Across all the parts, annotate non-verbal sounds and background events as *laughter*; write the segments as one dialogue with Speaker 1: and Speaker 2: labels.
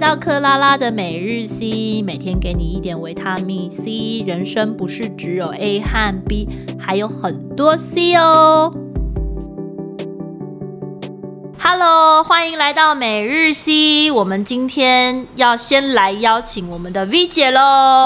Speaker 1: 到克拉拉的每日 C，每天给你一点维他命 C。人生不是只有 A 和 B，还有很多 C 哦。Hello，欢迎来到每日 C。我们今天要先来邀请我们的 V 姐喽。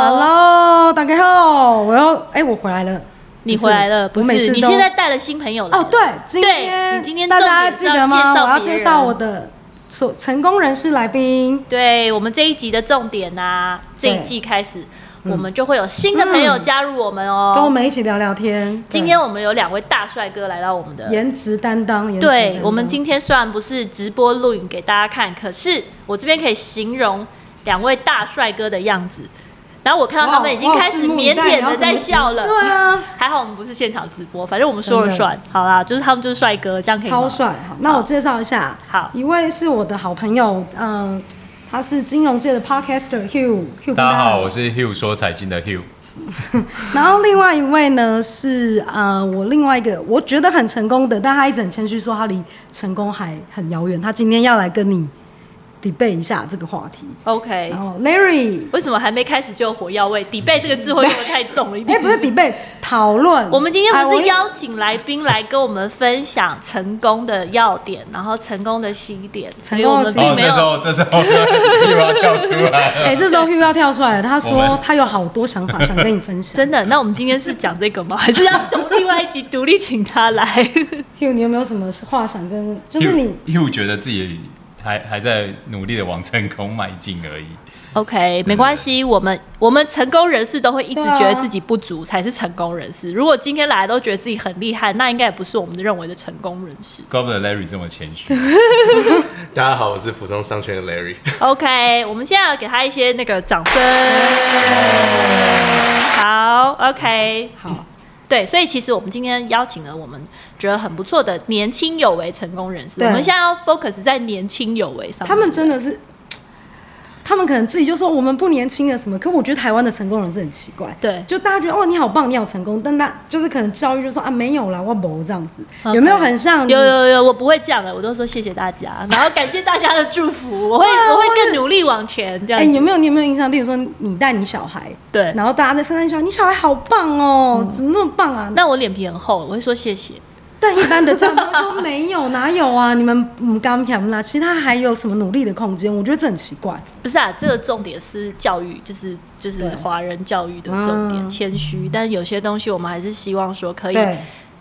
Speaker 2: Hello，大家好，我要哎、我回来了，
Speaker 1: 你回来了，不
Speaker 2: 我每
Speaker 1: 是？
Speaker 2: 次
Speaker 1: 你
Speaker 2: 都
Speaker 1: 现在带了新朋友来
Speaker 2: 哦，
Speaker 1: 了
Speaker 2: 对，今
Speaker 1: 对
Speaker 2: 天
Speaker 1: 你今天
Speaker 2: 大家
Speaker 1: 重
Speaker 2: 记
Speaker 1: 点是
Speaker 2: 得
Speaker 1: 要介
Speaker 2: 吗？
Speaker 1: 绍
Speaker 2: 我要
Speaker 1: 别
Speaker 2: 介
Speaker 1: 人
Speaker 2: 绍我的所成功人士来宾，
Speaker 1: 对我们这一集的重点啊，这一
Speaker 2: 对嗯
Speaker 1: 季开始，我们就会有新的朋友加入我们哦。
Speaker 2: 跟我们一起聊聊天。
Speaker 1: 今
Speaker 2: 对
Speaker 1: 天我们有两位大帅哥来到我们的。
Speaker 2: 颜值担当，颜值担
Speaker 1: 对，
Speaker 2: 当
Speaker 1: 我们今天虽然不是直播录影给大家看，可是我这边可以形容两位大帅哥的样子。然后我看到他们已经开始腼腆的在笑了。
Speaker 2: 哇我好羡慕你对啊，
Speaker 1: 还 *laughs* 好我们不是现场直播，反正我们说了
Speaker 2: 真的
Speaker 1: 算。好啦，就是他们就是帅哥，这样可以吗
Speaker 2: 超帅。好，那我介绍一下，
Speaker 1: 好
Speaker 2: 一位是我的好朋友，嗯，他是金融界的 podcaster Hugh Hugh
Speaker 3: *laughs* 大家好，
Speaker 2: 跟
Speaker 3: 我是 Hugh 说财经
Speaker 1: *laughs*
Speaker 3: 的 Hugh。
Speaker 2: *laughs* 然后另外一位呢是呃，我另外一个我觉得很成功的，但他一直很谦虚说他离成功还很遥远。他今天要来跟你 debate 一下这个话题。
Speaker 1: OK，
Speaker 2: 然后 Larry，
Speaker 1: 为什么还没开始就有火药味？底背这个字会不会太重了一
Speaker 2: 哎、
Speaker 1: 点？*laughs*
Speaker 2: 不是 debate，讨论。
Speaker 1: 我们今天不
Speaker 2: 哎我
Speaker 1: 是邀请来宾来跟我们分享成功的要点，然后成功的西点，所
Speaker 2: 成
Speaker 1: 以我
Speaker 2: 功
Speaker 1: 们
Speaker 2: 的西
Speaker 1: 并
Speaker 2: 点
Speaker 3: 哦，
Speaker 1: 没
Speaker 3: 这时
Speaker 1: 有。
Speaker 3: 候这时候 *laughs* Hugh 要跳出
Speaker 1: *laughs*
Speaker 3: 来
Speaker 2: 哎、
Speaker 3: 了。
Speaker 2: 这时候 Hugh 要跳出来了，他
Speaker 3: 呃我
Speaker 2: 说
Speaker 3: 们
Speaker 2: 他有好多想法想跟你分
Speaker 1: *laughs*
Speaker 2: 享。
Speaker 1: 真的，那我们今天是讲这个吗？还是要从另外一集独立请他来？
Speaker 2: Hugh，你有没有什么话想跟？就是你
Speaker 3: Hugh 觉得自己还还在努力的往成功迈进而已。
Speaker 1: *laughs* OK，没关系，我们我们成功人士都会一直觉得自己不足才是成功人士。如果今天来都觉得自己很厉害，那应该也不是我们认为的成功人 *laughs* 士。
Speaker 3: 怪不得 Larry 这么谦虚。
Speaker 4: *laughs* 大家好，我是服装商圈的 Larry。
Speaker 1: OK，我们现在要给他一些那个掌声。好，OK，
Speaker 2: 好，
Speaker 1: 对，所以其实我们今天邀请了我们觉得很不错的年轻有为成功人士，
Speaker 2: 对
Speaker 1: 我们现在要 focus 在年轻有为上面。
Speaker 2: 他们真的是。他们可能自己就说我们不年轻了什么，可我觉得台湾的成功人是很奇怪，
Speaker 1: 对
Speaker 2: 就大家觉得哇哦你好棒，你好成功，但那就是可能教育就说啊没有啦，我没这样子
Speaker 1: OK
Speaker 2: 有没有很像你？
Speaker 1: 有有有，我不会这样的，我都说谢谢大家，然后感谢大家的祝福，我会我会更努力往前这
Speaker 2: 啊哎、
Speaker 1: 样子。
Speaker 2: 你有没有你有没有印象？例如说你带你小孩，
Speaker 1: 对
Speaker 2: 然后大家在山上说你小孩好棒哦，怎么那么棒啊？
Speaker 1: 但我脸皮很厚，我会说谢谢。
Speaker 2: 但一般的家长都说没有，哪有啊？你们嗯刚强啦，其他还有什么努力的空间？我觉得这很奇怪。
Speaker 1: 不是啊，这个重点是教育，就是就是
Speaker 2: 对
Speaker 1: 华人教育的重点，
Speaker 2: 嗯
Speaker 1: 谦虚。但有些东西我们还是希望说可以，
Speaker 2: 对，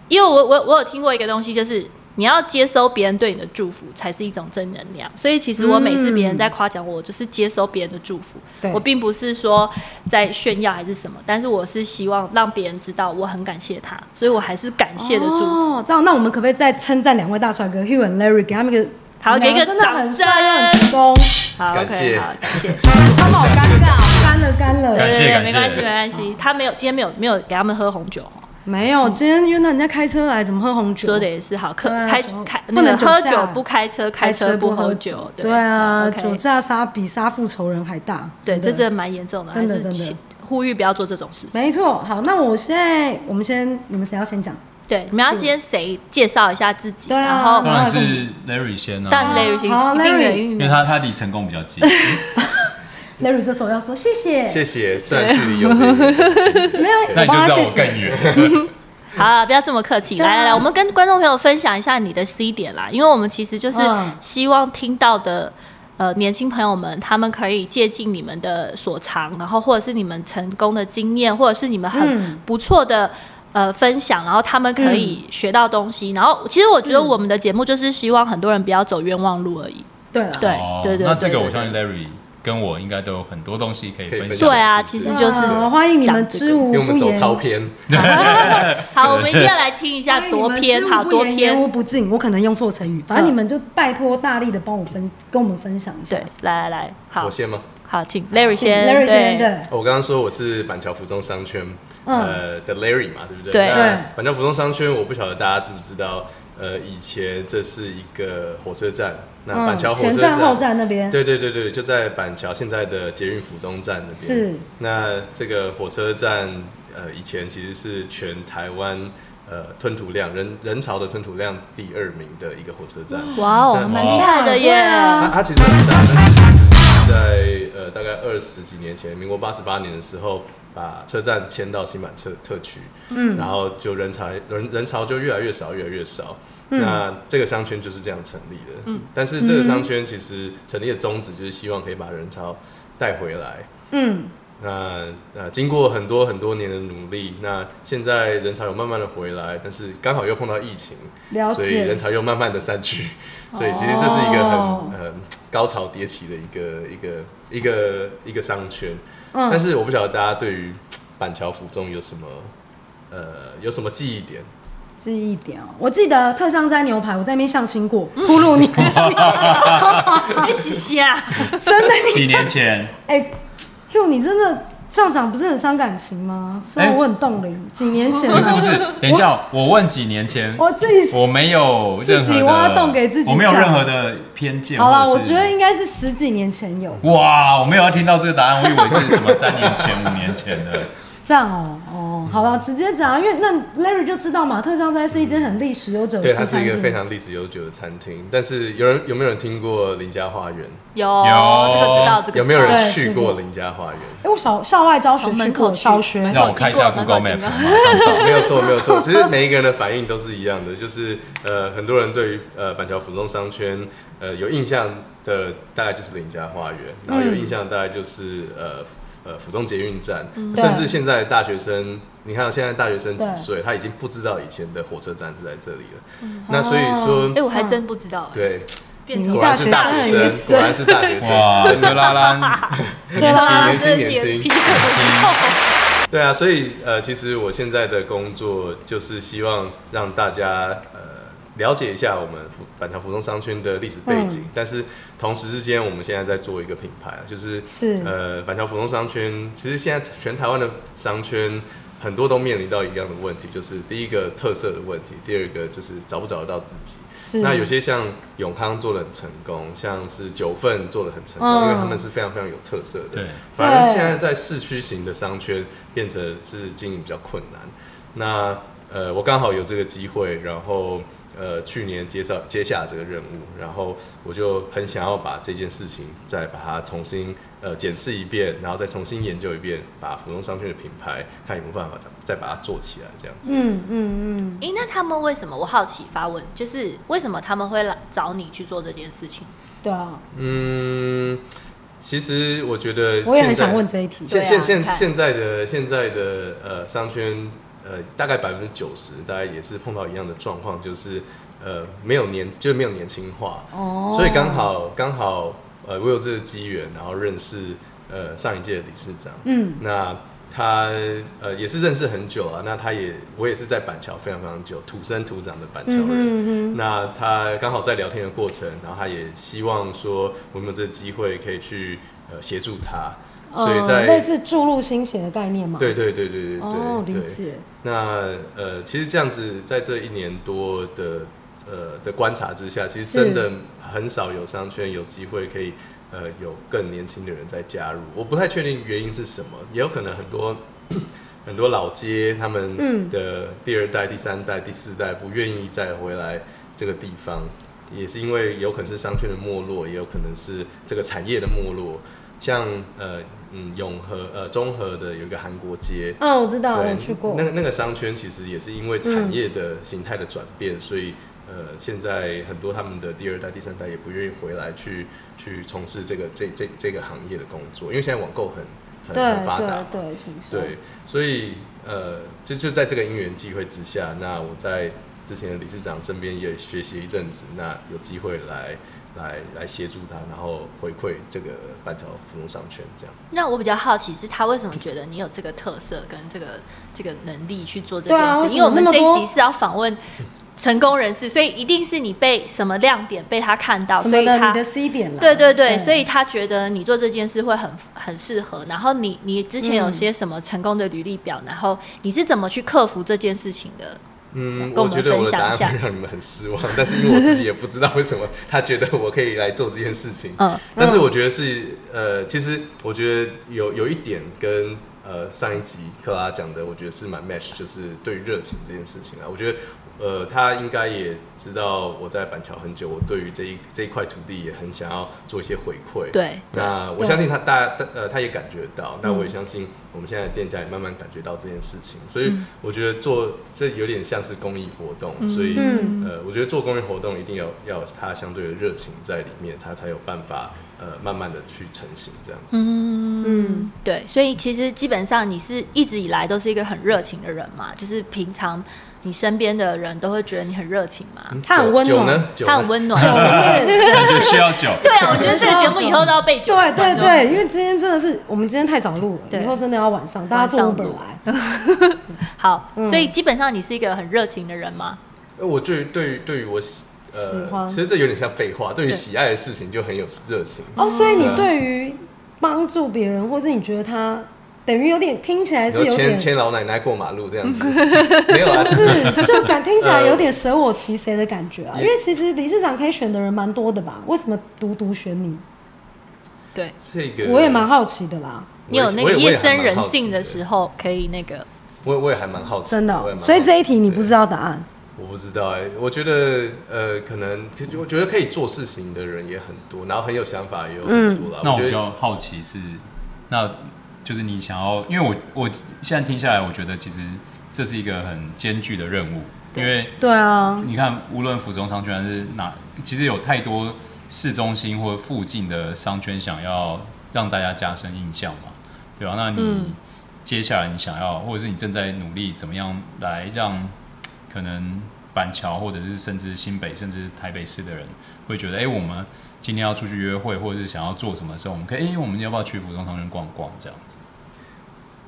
Speaker 1: 因为我我我有听过一个东西，就是你要接收别人对你的祝福，才是一种正能量。所以其实我每次别人在夸奖我，我就是接收别人的祝福，
Speaker 2: 对
Speaker 1: 我并不是说在炫耀还是什么，但是我是希望让别人知道我很感谢他，所以我还是感谢的祝福。
Speaker 2: 哦，这样那我们可不可以再称赞两位大帅哥 Hugh and Larry，给他们一个
Speaker 1: 好给一个
Speaker 2: 真的很帅
Speaker 1: 掌声
Speaker 2: 又很成功，
Speaker 1: 好
Speaker 4: 感
Speaker 1: ，OK，
Speaker 4: 谢
Speaker 1: 好，感
Speaker 2: *laughs*
Speaker 1: 谢。
Speaker 2: 他们好尴尬，干了干了
Speaker 3: 感。谢
Speaker 1: 对
Speaker 3: 感
Speaker 1: 没
Speaker 3: 谢
Speaker 1: 关系，没关系。他没有，今天没有没有给他们喝红酒哦。
Speaker 2: 没有，今天约到人家开车来，怎么喝红酒？
Speaker 1: 说的也是好，可
Speaker 2: 对啊
Speaker 1: 开
Speaker 2: 酒
Speaker 1: 开
Speaker 2: 不
Speaker 1: 那个
Speaker 2: 能酒
Speaker 1: 喝
Speaker 2: 驾
Speaker 1: 酒不开车，开
Speaker 2: 开
Speaker 1: 车不
Speaker 2: 不
Speaker 1: 喝
Speaker 2: 酒
Speaker 1: 酒，，
Speaker 2: 对啊，
Speaker 1: ，OK
Speaker 2: 酒驾杀比杀父仇人还大。
Speaker 1: 对，这
Speaker 2: 的
Speaker 1: 真的蛮严重的，还
Speaker 2: 真的
Speaker 1: 是
Speaker 2: 真的
Speaker 1: 请呼吁不要做这种事情。
Speaker 2: 没错。好，那我现在我们先，你们谁要先讲？
Speaker 1: 对，你们要先谁介绍一下自己，
Speaker 2: 对啊
Speaker 1: 然后
Speaker 3: *laughs* 当然是 Larry 先
Speaker 1: 当然
Speaker 3: 啊，
Speaker 1: 是 Larry 先
Speaker 2: 好
Speaker 1: 一定的
Speaker 2: Larry
Speaker 1: 一定
Speaker 3: 因
Speaker 1: 的
Speaker 3: 为他他离成功比较近。
Speaker 2: Larry 这时候要说谢谢，
Speaker 4: *laughs* 谢谢，虽然距离有点远，
Speaker 2: 没有，
Speaker 3: *laughs*
Speaker 2: 我
Speaker 3: 那你就
Speaker 2: 帮他
Speaker 3: 知道
Speaker 2: 谢
Speaker 3: 我
Speaker 2: 谢。
Speaker 3: 更远。
Speaker 1: 好了，不要这么客气。
Speaker 2: 对啊
Speaker 1: 来来来，我们跟观众朋友分享一下你的 C 点啦，因为我们其实就是
Speaker 2: 嗯
Speaker 1: 希望听到的。呃，年轻朋友们，他们可以借鉴你们的所长，然后或者是你们成功的经验，或者是你们很
Speaker 2: 嗯
Speaker 1: 不错的、呃分享，然后他们可以学到东西。然后，其实我觉
Speaker 2: 嗯
Speaker 1: 得我们的节目就是希望很多人不要走冤枉路而已。
Speaker 2: 对啊了，
Speaker 1: 嗯对
Speaker 3: 哦
Speaker 1: 对对
Speaker 3: 那这个我
Speaker 1: 对
Speaker 3: 相信 Larry 跟我应该都有很多东西可以
Speaker 4: 可以
Speaker 3: 分享
Speaker 4: 分享。
Speaker 1: 对啊
Speaker 4: 是
Speaker 1: 其
Speaker 4: 不
Speaker 1: 实就是
Speaker 2: 啊欢迎你们知无
Speaker 4: 因
Speaker 2: 不
Speaker 4: 为
Speaker 2: 言，
Speaker 4: 我们走超偏，
Speaker 2: *laughs*
Speaker 1: 好，我们一定要来听一下
Speaker 2: 欢迎你
Speaker 1: 多
Speaker 2: 们
Speaker 1: 偏，
Speaker 2: 知无
Speaker 1: 好
Speaker 2: 不
Speaker 1: 多
Speaker 2: 言言
Speaker 1: 偏。嗯
Speaker 2: 无不尽，我可能用错成语，反正你们就拜托大力的帮我分，跟我们分享一下。
Speaker 1: 对，来来来，好
Speaker 4: 我先吗？哦
Speaker 1: 好，请 Larry
Speaker 2: 请
Speaker 1: 先
Speaker 2: Larry
Speaker 1: 对
Speaker 2: 先对，
Speaker 4: 我刚刚说我是板桥服装商圈
Speaker 2: 嗯
Speaker 4: 呃的 Larry 嘛，对不对？
Speaker 1: 对
Speaker 4: 那
Speaker 2: 对
Speaker 4: 板桥服装商圈，我不晓得大家知不知道，呃，以前这是一个火车站，那板桥火
Speaker 2: 嗯前
Speaker 4: 车
Speaker 2: 站后站那边，
Speaker 4: 对对对对，就在板桥现在的捷运府中站那边。
Speaker 2: 是。
Speaker 4: 那这个火车站，呃，以前其实是全台湾呃吞吐量人人潮的吞吐量第二名的一个火车站。
Speaker 1: 哇哦，
Speaker 4: 对
Speaker 1: 蛮厉害的
Speaker 2: 对
Speaker 1: 耶！
Speaker 2: 啊
Speaker 4: 它它其实很大，但是在呃大概二十几年前，民国八十八年的时候，把车站迁到新版特特区，嗯，然后就人才人人潮就越来越少，越来越少。那这个商圈就是这样成立的，嗯，但是这个商圈其实成立的宗旨就是希望可以把人潮带回来，
Speaker 5: 嗯，
Speaker 4: 那呃，经过很多很多年的努力，那现在人潮有慢慢的回来，但是刚好又碰到疫情，
Speaker 2: 了
Speaker 4: 所以人
Speaker 2: 解。哦
Speaker 4: 潮又慢慢的散去，所以其实这是一个很、很高潮迭起的一个一个一个一个商圈。
Speaker 2: 嗯
Speaker 4: 但是我不晓得大家对于板桥府中有什么呃有什么记忆点？
Speaker 2: 记忆点哦，我记得特香斋牛排，我在那边相亲过，
Speaker 4: 嗯
Speaker 2: 铺路年
Speaker 4: *laughs*
Speaker 2: 纪，
Speaker 1: 哎，西西啊，
Speaker 2: 真的，
Speaker 3: 几年前，
Speaker 2: 哎、h u g h 你真的这样讲不是很伤感情吗？虽然
Speaker 3: 哎
Speaker 2: 我很冻
Speaker 4: *laughs*
Speaker 2: 龄，几年前
Speaker 3: 不是不是，等一下，我问几年前，
Speaker 2: 我自己
Speaker 3: 我没有任
Speaker 2: 自
Speaker 3: 何
Speaker 2: 己
Speaker 3: 的，
Speaker 2: 挖洞给自己
Speaker 3: 我没有
Speaker 2: 跳
Speaker 3: 任何的偏见。
Speaker 2: 好啦，
Speaker 3: 或
Speaker 2: 我
Speaker 3: 者是
Speaker 2: 觉得应该是十几年前有
Speaker 3: 哇，我没有要听到这个答案，我以为是什么三年前、五年
Speaker 2: *laughs*
Speaker 3: 前的。
Speaker 2: 这样哦、
Speaker 4: 嗯
Speaker 2: 哦，好了，直接讲啊，因为那 Larry 就知道嘛，特香斋是一间很历史悠久的
Speaker 4: 对，
Speaker 2: 西
Speaker 4: 它
Speaker 2: 餐
Speaker 4: 是一个
Speaker 2: 厅，
Speaker 4: 非常历史悠久的餐厅。但是有人有没有人听过林家花园？
Speaker 1: 有
Speaker 3: 有
Speaker 1: 这个知道，这个
Speaker 4: 有没有
Speaker 2: 对
Speaker 4: 人去
Speaker 2: 是
Speaker 4: 过
Speaker 2: 的
Speaker 4: 林家花园？
Speaker 2: 哎、我小校外教学
Speaker 1: 从
Speaker 2: 去
Speaker 1: 门
Speaker 2: 过
Speaker 1: 口
Speaker 2: 小学，
Speaker 3: 让我看一下
Speaker 1: 经
Speaker 3: Google
Speaker 1: 过
Speaker 3: Map，
Speaker 1: 门口经过
Speaker 3: 马上到。
Speaker 4: 没有错，没有错。其实每一个人的反应都是一样的，就是呃，很多人对于呃板桥府中商圈呃有印象的大概就是林家花园，然后有印象的大概就是呃呃府中捷运站，
Speaker 2: 嗯
Speaker 4: 甚至现在的大学生，你看现在大学生几
Speaker 2: 对嗯
Speaker 4: 岁，他已经不知道以前的火车站是在这里了。那所以说，
Speaker 1: 哎，我还真不知道，哎
Speaker 4: 对，
Speaker 1: 变
Speaker 2: 哦你
Speaker 1: 成
Speaker 4: 果
Speaker 2: 大
Speaker 4: 然
Speaker 2: 学
Speaker 4: 是
Speaker 2: 生
Speaker 4: 大
Speaker 2: 很
Speaker 4: 学
Speaker 2: 愚
Speaker 4: 生，果然是大学生。
Speaker 3: 哇，德拉拉年轻
Speaker 1: 啊
Speaker 4: 年轻
Speaker 1: 这
Speaker 4: 年轻
Speaker 1: 脸皮很
Speaker 4: 对啊，所以呃，其实我现在的工作就是希望让大家呃了解一下我们福板桥服装商圈的历史背景，但是同时之间，我们现在在做一个品牌啊，就是
Speaker 2: 是
Speaker 4: 呃板桥服装商圈，其实现在全台湾的商圈。很多都面临到一样的问题，就是第一个特色的问题，第二个就是找不找得到自己。
Speaker 2: 是
Speaker 4: 那有些像永康做的很成功，像是九份做的很成功，
Speaker 2: 嗯
Speaker 4: 因为他们是非常非常有特色的。
Speaker 3: 对，
Speaker 4: 反而
Speaker 2: 对
Speaker 4: 现在在市区型的商圈变成是经营比较困难。那呃，我刚好有这个机会，然后呃，去年接上接下这个任务，然后我就很想要把这件事情再把它重新呃检视一遍，然后再重新研究一遍，把服装商圈的品牌看有没有办法再再把它做起来，这样子。
Speaker 2: 嗯嗯
Speaker 1: *laughs* 哎，那他们为什么？我好奇发问，就是为什么他们会来找你去做这件事情？
Speaker 2: 嗯，对啊，
Speaker 4: 嗯，其实我觉得
Speaker 2: 我也
Speaker 4: 现
Speaker 2: 很想
Speaker 4: 在
Speaker 2: 问这一题，
Speaker 1: 对
Speaker 4: 现
Speaker 1: 啊
Speaker 4: 现现
Speaker 1: 你看
Speaker 4: 现在的现在的呃商圈呃大概百分之九十，大概也是碰到一样的状况，就是呃没有年就是没有年轻化，
Speaker 2: 哦，
Speaker 4: 所以刚好刚好呃我有这个机缘，然后认识呃上一届的理事长，
Speaker 2: 嗯
Speaker 4: 那他呃也是认识很久啊，那他也我也是在板桥非常非常久，土生土长的板桥
Speaker 2: 嗯
Speaker 4: 人，
Speaker 2: 嗯嗯，
Speaker 4: 那他刚好在聊天的过程，然后他也希望说我们有这个机会可以去呃协助他，所以在、
Speaker 2: 呃类似注入心血的概念嘛，
Speaker 4: 对对对对对对、
Speaker 2: 哦，理
Speaker 4: 对。
Speaker 2: 解，
Speaker 4: 那呃，其实这样子在这一年多的呃的观察之下，其实真的很少有商圈有机会可以呃有更年轻的人在加入。我不太确定原因是什么，也有可能很多 *clears throat* 很多老街他们
Speaker 2: 嗯
Speaker 4: 的第二代、第三代、第四代不愿意再回来这个地方。也是因为有可能是商圈的没落，也有可能是这个产业的没落。像呃嗯永和呃中和的有一个韩国街，
Speaker 2: 嗯，我知道，
Speaker 4: 对，
Speaker 2: 我去过
Speaker 4: 那，个那个商圈其实也是因为产业的形态的转变，所以呃，现在很多他们的第二代、第三代也不愿意回来去去从事这个这这这个行业的工作，因为现在网购很很
Speaker 2: 对
Speaker 4: 很发达
Speaker 2: 对
Speaker 4: 嘛，
Speaker 2: 对，请说，
Speaker 4: 对，所以呃，就就在这个因缘际会之下，那我在之前的理事长身边也学习一阵子，那有机会来来来协助他，然后回馈这个板桥服务商圈这样。
Speaker 1: 那我比较好奇是他为什么觉得你有这个特色跟这个这个能力去做这
Speaker 2: 对
Speaker 1: 件
Speaker 2: 啊
Speaker 1: 事？
Speaker 2: 为什么
Speaker 1: 因为我们
Speaker 2: 那么
Speaker 1: 这
Speaker 2: 多
Speaker 1: 一集是要访问成功人士，所以一定是你被什么亮点被他看到，
Speaker 2: 什
Speaker 1: 所
Speaker 2: 么
Speaker 1: 以
Speaker 2: 的，你
Speaker 1: 他
Speaker 2: 的 C 点啊嗯啦，
Speaker 1: 对对对，所以他觉得你做这件事会很很适合。然后你你之前有
Speaker 2: 嗯
Speaker 1: 些什么成功的履历表，然后你是怎么去克服这件事情的？
Speaker 4: 嗯，
Speaker 1: 跟我
Speaker 4: 我
Speaker 1: 们
Speaker 4: 觉得我的
Speaker 1: 分享
Speaker 4: 答
Speaker 1: 一下
Speaker 4: 案会让你们很失望， *laughs* 但是因为我自己也不知道为什么他觉得我可以来做这件事情。
Speaker 1: 嗯，
Speaker 4: 但是我觉得是呃，其实我觉得有有一点跟呃上一集克拉讲的，我觉得是蛮 match，就是对于热情这件事情啊，我觉得呃他应该也知道我在板桥很久，我对于这一这一块土地也很想要做一些回馈。
Speaker 1: 对，
Speaker 4: 那我相信他大大呃，他也感觉到，那我也相信我们现在的店家也慢慢感觉到这件事情，所以我觉得做这有点像是公益活动，所以
Speaker 5: 嗯
Speaker 4: 呃，我觉得做公益活动一定要要有它相对的热情在里面，它才有办法呃慢慢的去成型这样子。
Speaker 5: 嗯，
Speaker 1: 对，所以其实基本上你是一直以来都是一个很热情的人嘛，就是平常你身边的人都会觉得你很热情嘛，
Speaker 4: 嗯
Speaker 2: 他很
Speaker 4: 酒
Speaker 2: 温
Speaker 4: 酒
Speaker 2: 暖
Speaker 4: 呢？酒
Speaker 1: 他很
Speaker 4: 呢
Speaker 1: 温
Speaker 2: 九
Speaker 1: 暖。
Speaker 2: 月，
Speaker 3: 感觉需要酒。
Speaker 1: 对啊，我觉得这个节目以后都要被
Speaker 2: 对对对，因为今天真的是我们今天太早录了，
Speaker 1: 对
Speaker 2: 以后真的要晚上，大家
Speaker 1: 晚
Speaker 2: 坐 u
Speaker 1: 上
Speaker 2: b
Speaker 1: 录
Speaker 2: 来。
Speaker 1: 好，
Speaker 2: 嗯
Speaker 1: 所以基本上你是一个很热情的人嘛。
Speaker 4: 呃，我对于对于对于我喜呃
Speaker 2: 喜欢
Speaker 4: 其实这有点像废话，对于
Speaker 1: 对
Speaker 4: 喜爱的事情就很有热情。
Speaker 2: 哦，所以你
Speaker 4: 对啊
Speaker 2: 对于帮助别人，或是你觉得他等于有点听起来
Speaker 4: 你
Speaker 2: 是
Speaker 4: 说
Speaker 2: 有
Speaker 4: 牵
Speaker 2: 点，
Speaker 4: 牵老奶奶过马路这样子，没有啊，就
Speaker 2: 不
Speaker 4: 是
Speaker 2: 是就感听起来
Speaker 4: 呃
Speaker 2: 有点舍我其谁的感觉啊。
Speaker 4: 也
Speaker 2: 因为其实理事长可以选的人蛮多的吧？为什么独独选你？
Speaker 1: 对，
Speaker 4: 这个
Speaker 2: 我也蛮好奇的啦，
Speaker 1: 你有那
Speaker 4: 我
Speaker 1: 个
Speaker 4: 也
Speaker 1: 夜深人静的时，候，可以那个
Speaker 4: 我也我也还蛮好奇
Speaker 2: 真的
Speaker 4: 我
Speaker 2: 哦、
Speaker 4: 也蛮好奇
Speaker 2: 所以这一题你不
Speaker 4: 对
Speaker 2: 知道答案。
Speaker 4: 我不知道哎、我觉得呃，可能就就我觉得可以做事情的人也很多，然后很有想法也有很
Speaker 2: 啊
Speaker 4: 多啦。
Speaker 3: 那我
Speaker 4: 觉
Speaker 3: 比
Speaker 4: 得
Speaker 3: 较好奇是，那就是你想要，因为我我现在听下来，我觉得其实这是一个很艰巨的任务，因为
Speaker 2: 对啊，
Speaker 3: 你看，无论府中商圈还是哪，其实有太多市中心或附近的商圈想要让大家加深印象嘛，对吧、那你、
Speaker 1: 嗯
Speaker 3: 接下来你想要，或者是你正在努力怎么样来让可能板桥或者是甚至新北甚至台北市的人会觉得，哎、我们今天要出去约会，或者是想要做什么的时候，我们可以，哎、我们要不要去府中商圈逛逛这样子？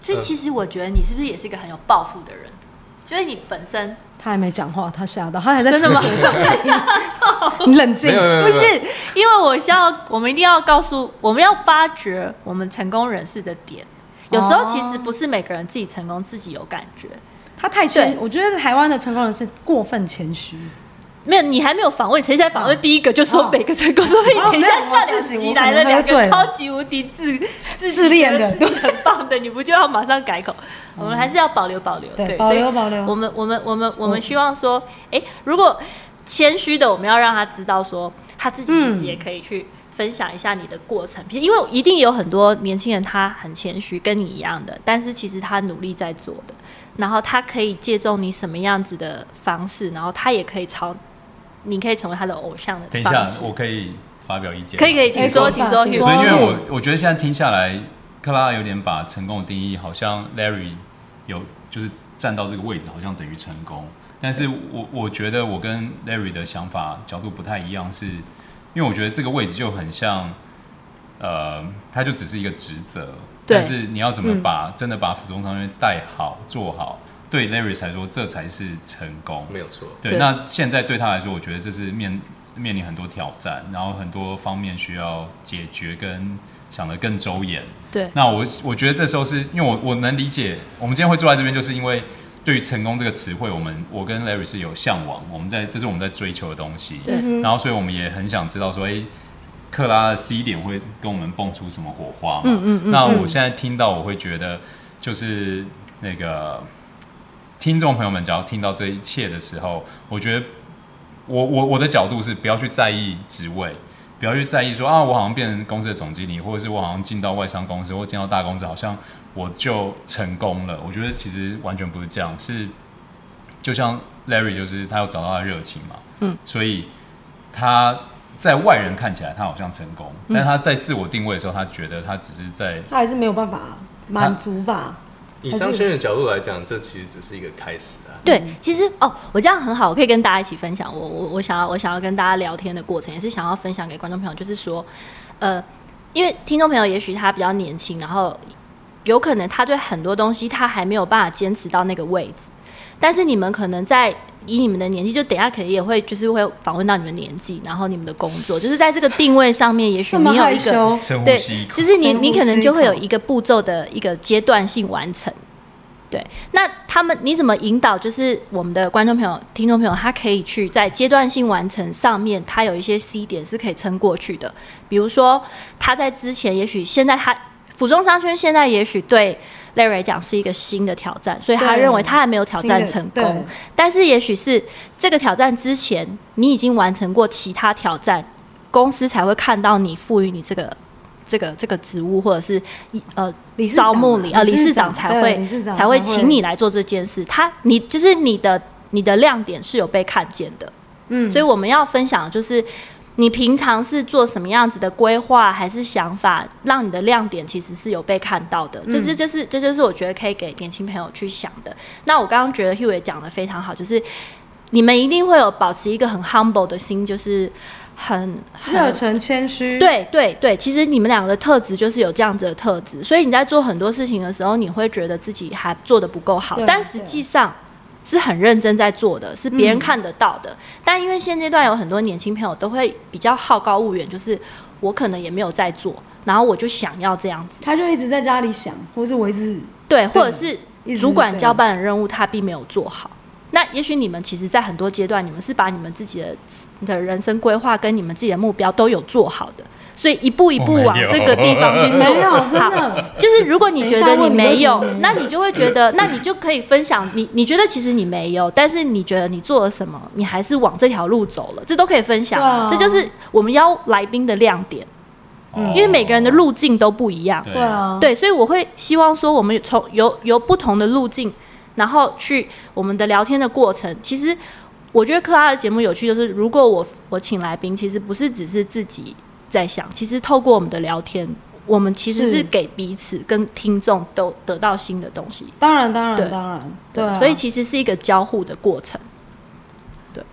Speaker 1: 所以
Speaker 4: 呃
Speaker 1: 其实我觉得你是不是也是一个很有抱负的人？所以你本身
Speaker 2: 他还没讲话，他吓到，他还在
Speaker 1: 真的
Speaker 2: 思
Speaker 1: 吗
Speaker 2: 索状态。
Speaker 1: *laughs*
Speaker 2: 你冷静
Speaker 4: 没有，没有
Speaker 1: 不
Speaker 4: 没有没有，
Speaker 1: 是，因为我是要，我们一定要告诉，我们要发掘我们成功人士的点。有时候其
Speaker 2: 哦
Speaker 1: 实不是每个人自己成功，自己有感觉。
Speaker 2: 他太谦
Speaker 1: 对，
Speaker 2: 我觉得台湾的成功人是过分谦虚。
Speaker 1: 没有，你还没有访问，谁才访问第一个就说
Speaker 2: 哦
Speaker 1: 每个成功，所以
Speaker 2: 哦
Speaker 1: 等一下
Speaker 2: 没有
Speaker 1: 下
Speaker 2: 我
Speaker 1: 两
Speaker 2: 自己
Speaker 1: 集
Speaker 2: 我
Speaker 1: 来
Speaker 2: 可能
Speaker 1: 两
Speaker 2: 喝醉
Speaker 1: 个
Speaker 2: 了
Speaker 1: 超级无敌自自
Speaker 2: 自恋的
Speaker 1: 觉
Speaker 2: 嗯
Speaker 1: 得自己很棒的，你不就要马上改口？我们还是要保留保留，
Speaker 2: 对
Speaker 1: 对，
Speaker 2: 保留
Speaker 1: 所以
Speaker 2: 保留
Speaker 1: 我们我们我们我们
Speaker 2: 嗯
Speaker 1: 希望说，哎，如果谦虚的，我们要让他知道说，他自己
Speaker 2: 嗯
Speaker 1: 其实也可以去分享一下你的过程，因为一定有很多年轻人他很谦虚，跟你一样的，但是其实他努力在做的，然后他可以借重你什么样子的方式，然后他也可以朝，你可以成为他的偶像
Speaker 3: 等
Speaker 1: 的
Speaker 3: 一下
Speaker 1: 方式，。
Speaker 3: 我可以发表意见吗，
Speaker 1: 可以可以，请说，
Speaker 2: 没错
Speaker 1: 请说，
Speaker 2: 请
Speaker 1: 请
Speaker 2: 说
Speaker 1: 说啊
Speaker 3: 对，因为我我觉得现在听下来，克拉有点把成功的定义，好像 Larry 有就是站到这个位置，好像等于成功。但是我我觉得我跟 Larry 的想法角度不太一样是，因为我觉得这个位置就很像，呃，它就只是一个职责，
Speaker 1: 对嗯
Speaker 3: 但是你要怎么把、真的把服装商圈带好做好，对 Larry 来说这才是成功。
Speaker 4: 没有错。
Speaker 3: 对，
Speaker 1: 对
Speaker 3: 那现在对他来说，我觉得这是面面临很多挑战，然后很多方面需要解决跟想得更周延。
Speaker 1: 对
Speaker 3: 那我我觉得这时候是因为我我能理解，我们今天会坐在这边，就是因为对于成功这个词汇，我们我跟 Larry 是有向往，我们在这是我们在追求的东西。
Speaker 1: 对
Speaker 3: 然后所以我们也很想知道说，哎、克拉的 C 点会跟我们蹦出什么火花嘛？嗯嗯那我现在听到，我会觉得就是那个听众朋友们，只要听到这一切的时候，我觉得我我我的角度是不要去在意职位。不要去在意说啊，我好像变成公司的总经理，或者是我好像进到外商公司或进到大公司，好像我就成功了。我觉得其实完全不是这样，是就像 Larry 就是他有找到他的热情嘛，嗯，所以他在外人看起来他好像成功，
Speaker 1: 嗯
Speaker 3: 但他在自我定位的时候，他觉得他只是在
Speaker 2: 他还是没有办法满足吧？
Speaker 4: 以商圈的角度来讲，这其实只是一个开始啊。
Speaker 1: 对，其实哦，我这样很好，我可以跟大家一起分享我我我想要我想要跟大家聊天的过程，也是想要分享给观众朋友，就是说，呃，因为听众朋友也许他比较年轻，然后有可能他对很多东西他还没有办法坚持到那个位置，但是你们可能在以你们的年纪，就等一下可能也会就是会访问到你们年纪，然后你们的工作，就是在这个定位上面，也许
Speaker 2: 这么
Speaker 1: 你有
Speaker 2: 害
Speaker 1: 一个
Speaker 2: 羞，
Speaker 3: 深呼
Speaker 1: 对
Speaker 3: 吸一，口
Speaker 1: 就。是你
Speaker 2: 深呼
Speaker 1: 你可
Speaker 2: 吸
Speaker 1: 能
Speaker 2: 一
Speaker 1: 就会有
Speaker 2: 口
Speaker 1: 一个步骤的一个阶段性完成。对，那他们你怎么引导？就是我们的观众朋友、听众朋友，他可以去在阶段性完成上面，他有一些 C 点是可以撑过去的。比如说，他在之前，也许现在他服装商圈现在也许对 Larry 讲是一个新的挑战，所以他
Speaker 2: 对
Speaker 1: 认为他还没有挑战
Speaker 2: 新
Speaker 1: 成
Speaker 2: 的
Speaker 1: 功
Speaker 2: 对。
Speaker 1: 但是也许是这个挑战之前，你已经完成过其他挑战，公司才会看到你赋予你这个这个这个职务，或者是一呃
Speaker 2: 理事
Speaker 1: 招
Speaker 2: 长
Speaker 1: 募你，呃理事长才
Speaker 2: 对
Speaker 1: 会
Speaker 2: 理事长
Speaker 1: 才会
Speaker 2: 才会
Speaker 1: 请你来做这件事。他你就是你的你的亮点是有被看见的，
Speaker 2: 嗯，
Speaker 1: 所以我们要分享的就是。你平常是做什么样子的规划还是想法，让你的亮点其实是有被看到
Speaker 2: 嗯
Speaker 1: 的。这这这是这就是我觉得可以给年轻朋友去想的。那我刚刚觉得 Hugh 也讲的非常好，就是你们一定会有保持一个很 humble 的心，就是很很
Speaker 2: 热忱谦虚，，
Speaker 1: 对对对，其实你们两个的特质就是有这样子的特质，所以你在做很多事情的时候，你会觉得自己还做的不够好
Speaker 2: 对，嗯
Speaker 1: 但实际上是很认真在做的，是别人看得到的。但因为现阶段有很多年轻朋友都会比较好高骛远，就是我可能也没有在做，然后我就想要这样子，
Speaker 2: 他就一直在家里想，或是我一直
Speaker 1: 对，
Speaker 2: 对
Speaker 1: 或者是
Speaker 2: 一直
Speaker 1: 主管
Speaker 2: 对
Speaker 1: 交办的任务他并没有做好。那也许你们其实，在很多阶段，你们是把你们自己的的人生规划跟你们自己的目标都有做好的，所以一步一步
Speaker 3: 我没有
Speaker 1: 往这个地方
Speaker 3: *laughs*
Speaker 1: 去做。
Speaker 2: 没有真的
Speaker 1: 好就是如果你觉得你没有
Speaker 2: 等一下问你为什么没有，
Speaker 1: 那你就会觉得，那你就可以分享你你觉得其实你没有，但是你觉得你做了什么，你还是往这条路走了，这都可以分享啊。
Speaker 2: 对啊
Speaker 1: 这就是我们邀来宾的亮点，
Speaker 3: 哦
Speaker 1: 因为每个人的路径都不一样。
Speaker 3: 对
Speaker 2: 对啊，
Speaker 1: 对，所以我会希望说，我们从由由不同的路径，然后去我们的聊天的过程。其实我觉得克拉的节目有趣，就是如果我我请来宾，其实不是只是自己在想，其实透过我们的聊天，我们其实
Speaker 2: 是
Speaker 1: 是给彼此跟听众都得到新的东西。
Speaker 2: 当然当
Speaker 1: 对
Speaker 2: 然当然，对啊，
Speaker 1: 所以其实是一个交互的过程。对，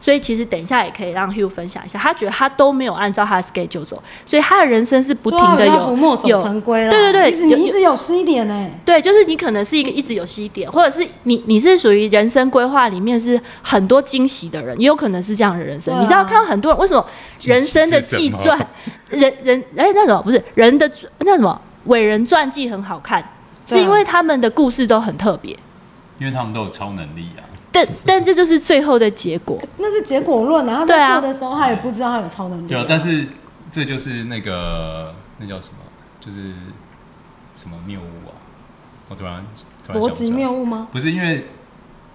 Speaker 1: 所以其实等一下也可以让 Hugh 分享一下，他觉得他都没有按照他的 schedule 走，所以他的人生是不
Speaker 2: 不
Speaker 1: 停的有
Speaker 2: 啊不墨守
Speaker 1: 有
Speaker 2: 成规了，
Speaker 1: 对对对
Speaker 2: 一直你
Speaker 1: 有有
Speaker 2: 一直有 C 点呢，
Speaker 1: 对，就是你可能是一个一直有吸点，或者是你你是属于人生规划里面是很多惊喜的人，也有可能是这样的人生。
Speaker 2: 对啊
Speaker 1: 你知道，看到很多人为什么人生的
Speaker 3: 惊喜
Speaker 1: 纪
Speaker 3: 是什么
Speaker 1: 传， *laughs* 人人哎、那什么不是人的那什么伟人传记很好看，是
Speaker 2: 对
Speaker 1: 因为他们的故事都很特别。
Speaker 3: 因为他们都有超能力啊。
Speaker 1: 但但这就是最后的结果，
Speaker 2: 那是结果论啊，他
Speaker 1: 对
Speaker 2: 在
Speaker 1: 啊
Speaker 2: 做的时候他也不知道他有超能力，
Speaker 3: 对啊，但是这就是那个那叫什么，就是什么谬误啊！我突然突然想不出来
Speaker 2: 逻辑谬误吗？
Speaker 3: 不是因为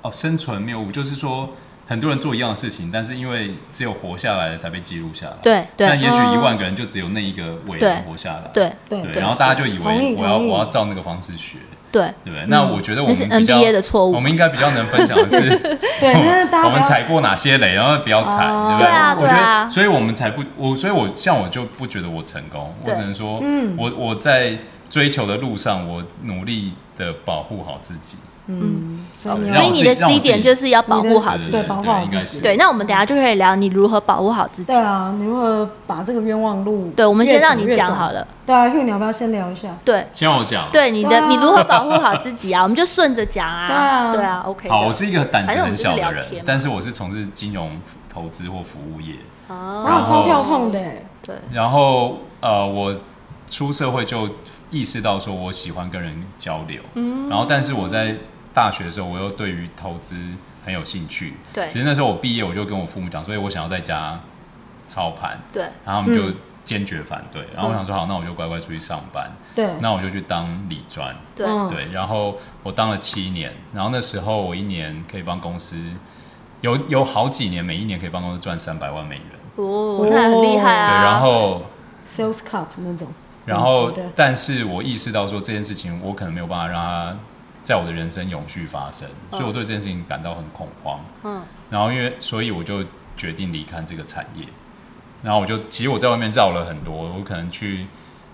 Speaker 3: 哦生存谬误，就是说很多人做一样的事情，但是因为只有活下来的才被记录下来。
Speaker 1: 对对嗯
Speaker 3: 但也许
Speaker 2: 哦
Speaker 3: 一万个人就只有那一个伟
Speaker 1: 对
Speaker 3: 人活下来。
Speaker 1: 对嗯
Speaker 2: 对
Speaker 3: 对，啊
Speaker 1: 对
Speaker 3: 然后大家就以
Speaker 2: 同
Speaker 3: 为
Speaker 2: 意
Speaker 3: 我要
Speaker 2: 同意
Speaker 3: 我要照那个方式学，
Speaker 1: 对
Speaker 3: 对不对？那我觉得我们
Speaker 1: 嗯那是
Speaker 3: 比较
Speaker 1: NBA 的错误
Speaker 3: 我们应该比较能分享的是。 *laughs*
Speaker 2: 对，那大家不
Speaker 3: 我们
Speaker 2: 要
Speaker 3: 踩过哪些雷，然后不要踩，
Speaker 2: 哦
Speaker 3: 对不
Speaker 1: 对啊
Speaker 3: 我
Speaker 1: 对啊
Speaker 3: 觉得，所以我们才不，我所以我像我就不觉得我成功，我
Speaker 1: 对
Speaker 3: 只能说，
Speaker 2: 嗯
Speaker 3: 我我在追求的路上，我努力的保护好自己，
Speaker 2: 嗯，所以
Speaker 1: 所以
Speaker 2: 你要
Speaker 3: 让我自
Speaker 1: 你
Speaker 3: 己
Speaker 1: 的
Speaker 3: 让
Speaker 1: C
Speaker 3: 我自己
Speaker 1: 点就是要保护好
Speaker 3: 对
Speaker 1: 自
Speaker 3: 对
Speaker 1: 己。
Speaker 2: 对保护好自
Speaker 3: 对，应
Speaker 2: 己
Speaker 3: 该是
Speaker 1: 对，那我们等一下就可以聊你如何保护好自己
Speaker 2: 对。啊，你如何把这个冤枉路？
Speaker 1: 对，我们先让你讲好
Speaker 2: 了。
Speaker 1: 了。
Speaker 2: 对啊，Hugh，你要不要先聊一下？
Speaker 1: 对，
Speaker 3: 先让我讲，，
Speaker 1: 对你
Speaker 2: 对
Speaker 1: 的，
Speaker 2: 啊
Speaker 1: 你如何保护好自己啊？ *laughs* 我们就顺着讲啊。
Speaker 2: 对啊
Speaker 1: 对啊，OK 的。
Speaker 3: 好，我是一个胆子很小
Speaker 1: 反正我们就是聊
Speaker 3: 的人
Speaker 1: 天嘛，
Speaker 3: 但是我是从事金融投资或服务业，
Speaker 1: 哦，
Speaker 2: 哇，超跳痛的欸，
Speaker 1: 对，
Speaker 3: 然后呃，我出社会就意识到说我喜欢跟人交流，
Speaker 1: 嗯
Speaker 3: 然后但是我在大学的时候，我又对于投资很有兴趣，
Speaker 1: 对
Speaker 3: 其实那时候我毕业，我就跟我父母讲，所以我想要在家操盘，
Speaker 1: 对，
Speaker 3: 然后他
Speaker 1: 嗯
Speaker 3: 们就坚决反对，然后我想说好，那我就乖乖出去上班，
Speaker 2: 对，
Speaker 1: 嗯
Speaker 3: 那我就去当理专，
Speaker 1: 对，
Speaker 2: 嗯
Speaker 3: 对，然后我当了七年，然后那时候我一年可以帮公司有有好几年，每一年可以帮公司赚三百万美元，
Speaker 1: 哦，那很厉害
Speaker 3: 对，
Speaker 1: 啊。
Speaker 3: 然后。
Speaker 2: sales cup 那种。
Speaker 3: 然后
Speaker 2: 等级的，
Speaker 3: 但是我意识到说这件事情，我可能没有办法让它在我的人生永续发生，所以我对这件事情感到很恐慌。
Speaker 1: 嗯，
Speaker 3: 然后因为，所以我就决定离开这个产业。然后我就，其实我在外面绕了很多，我可能去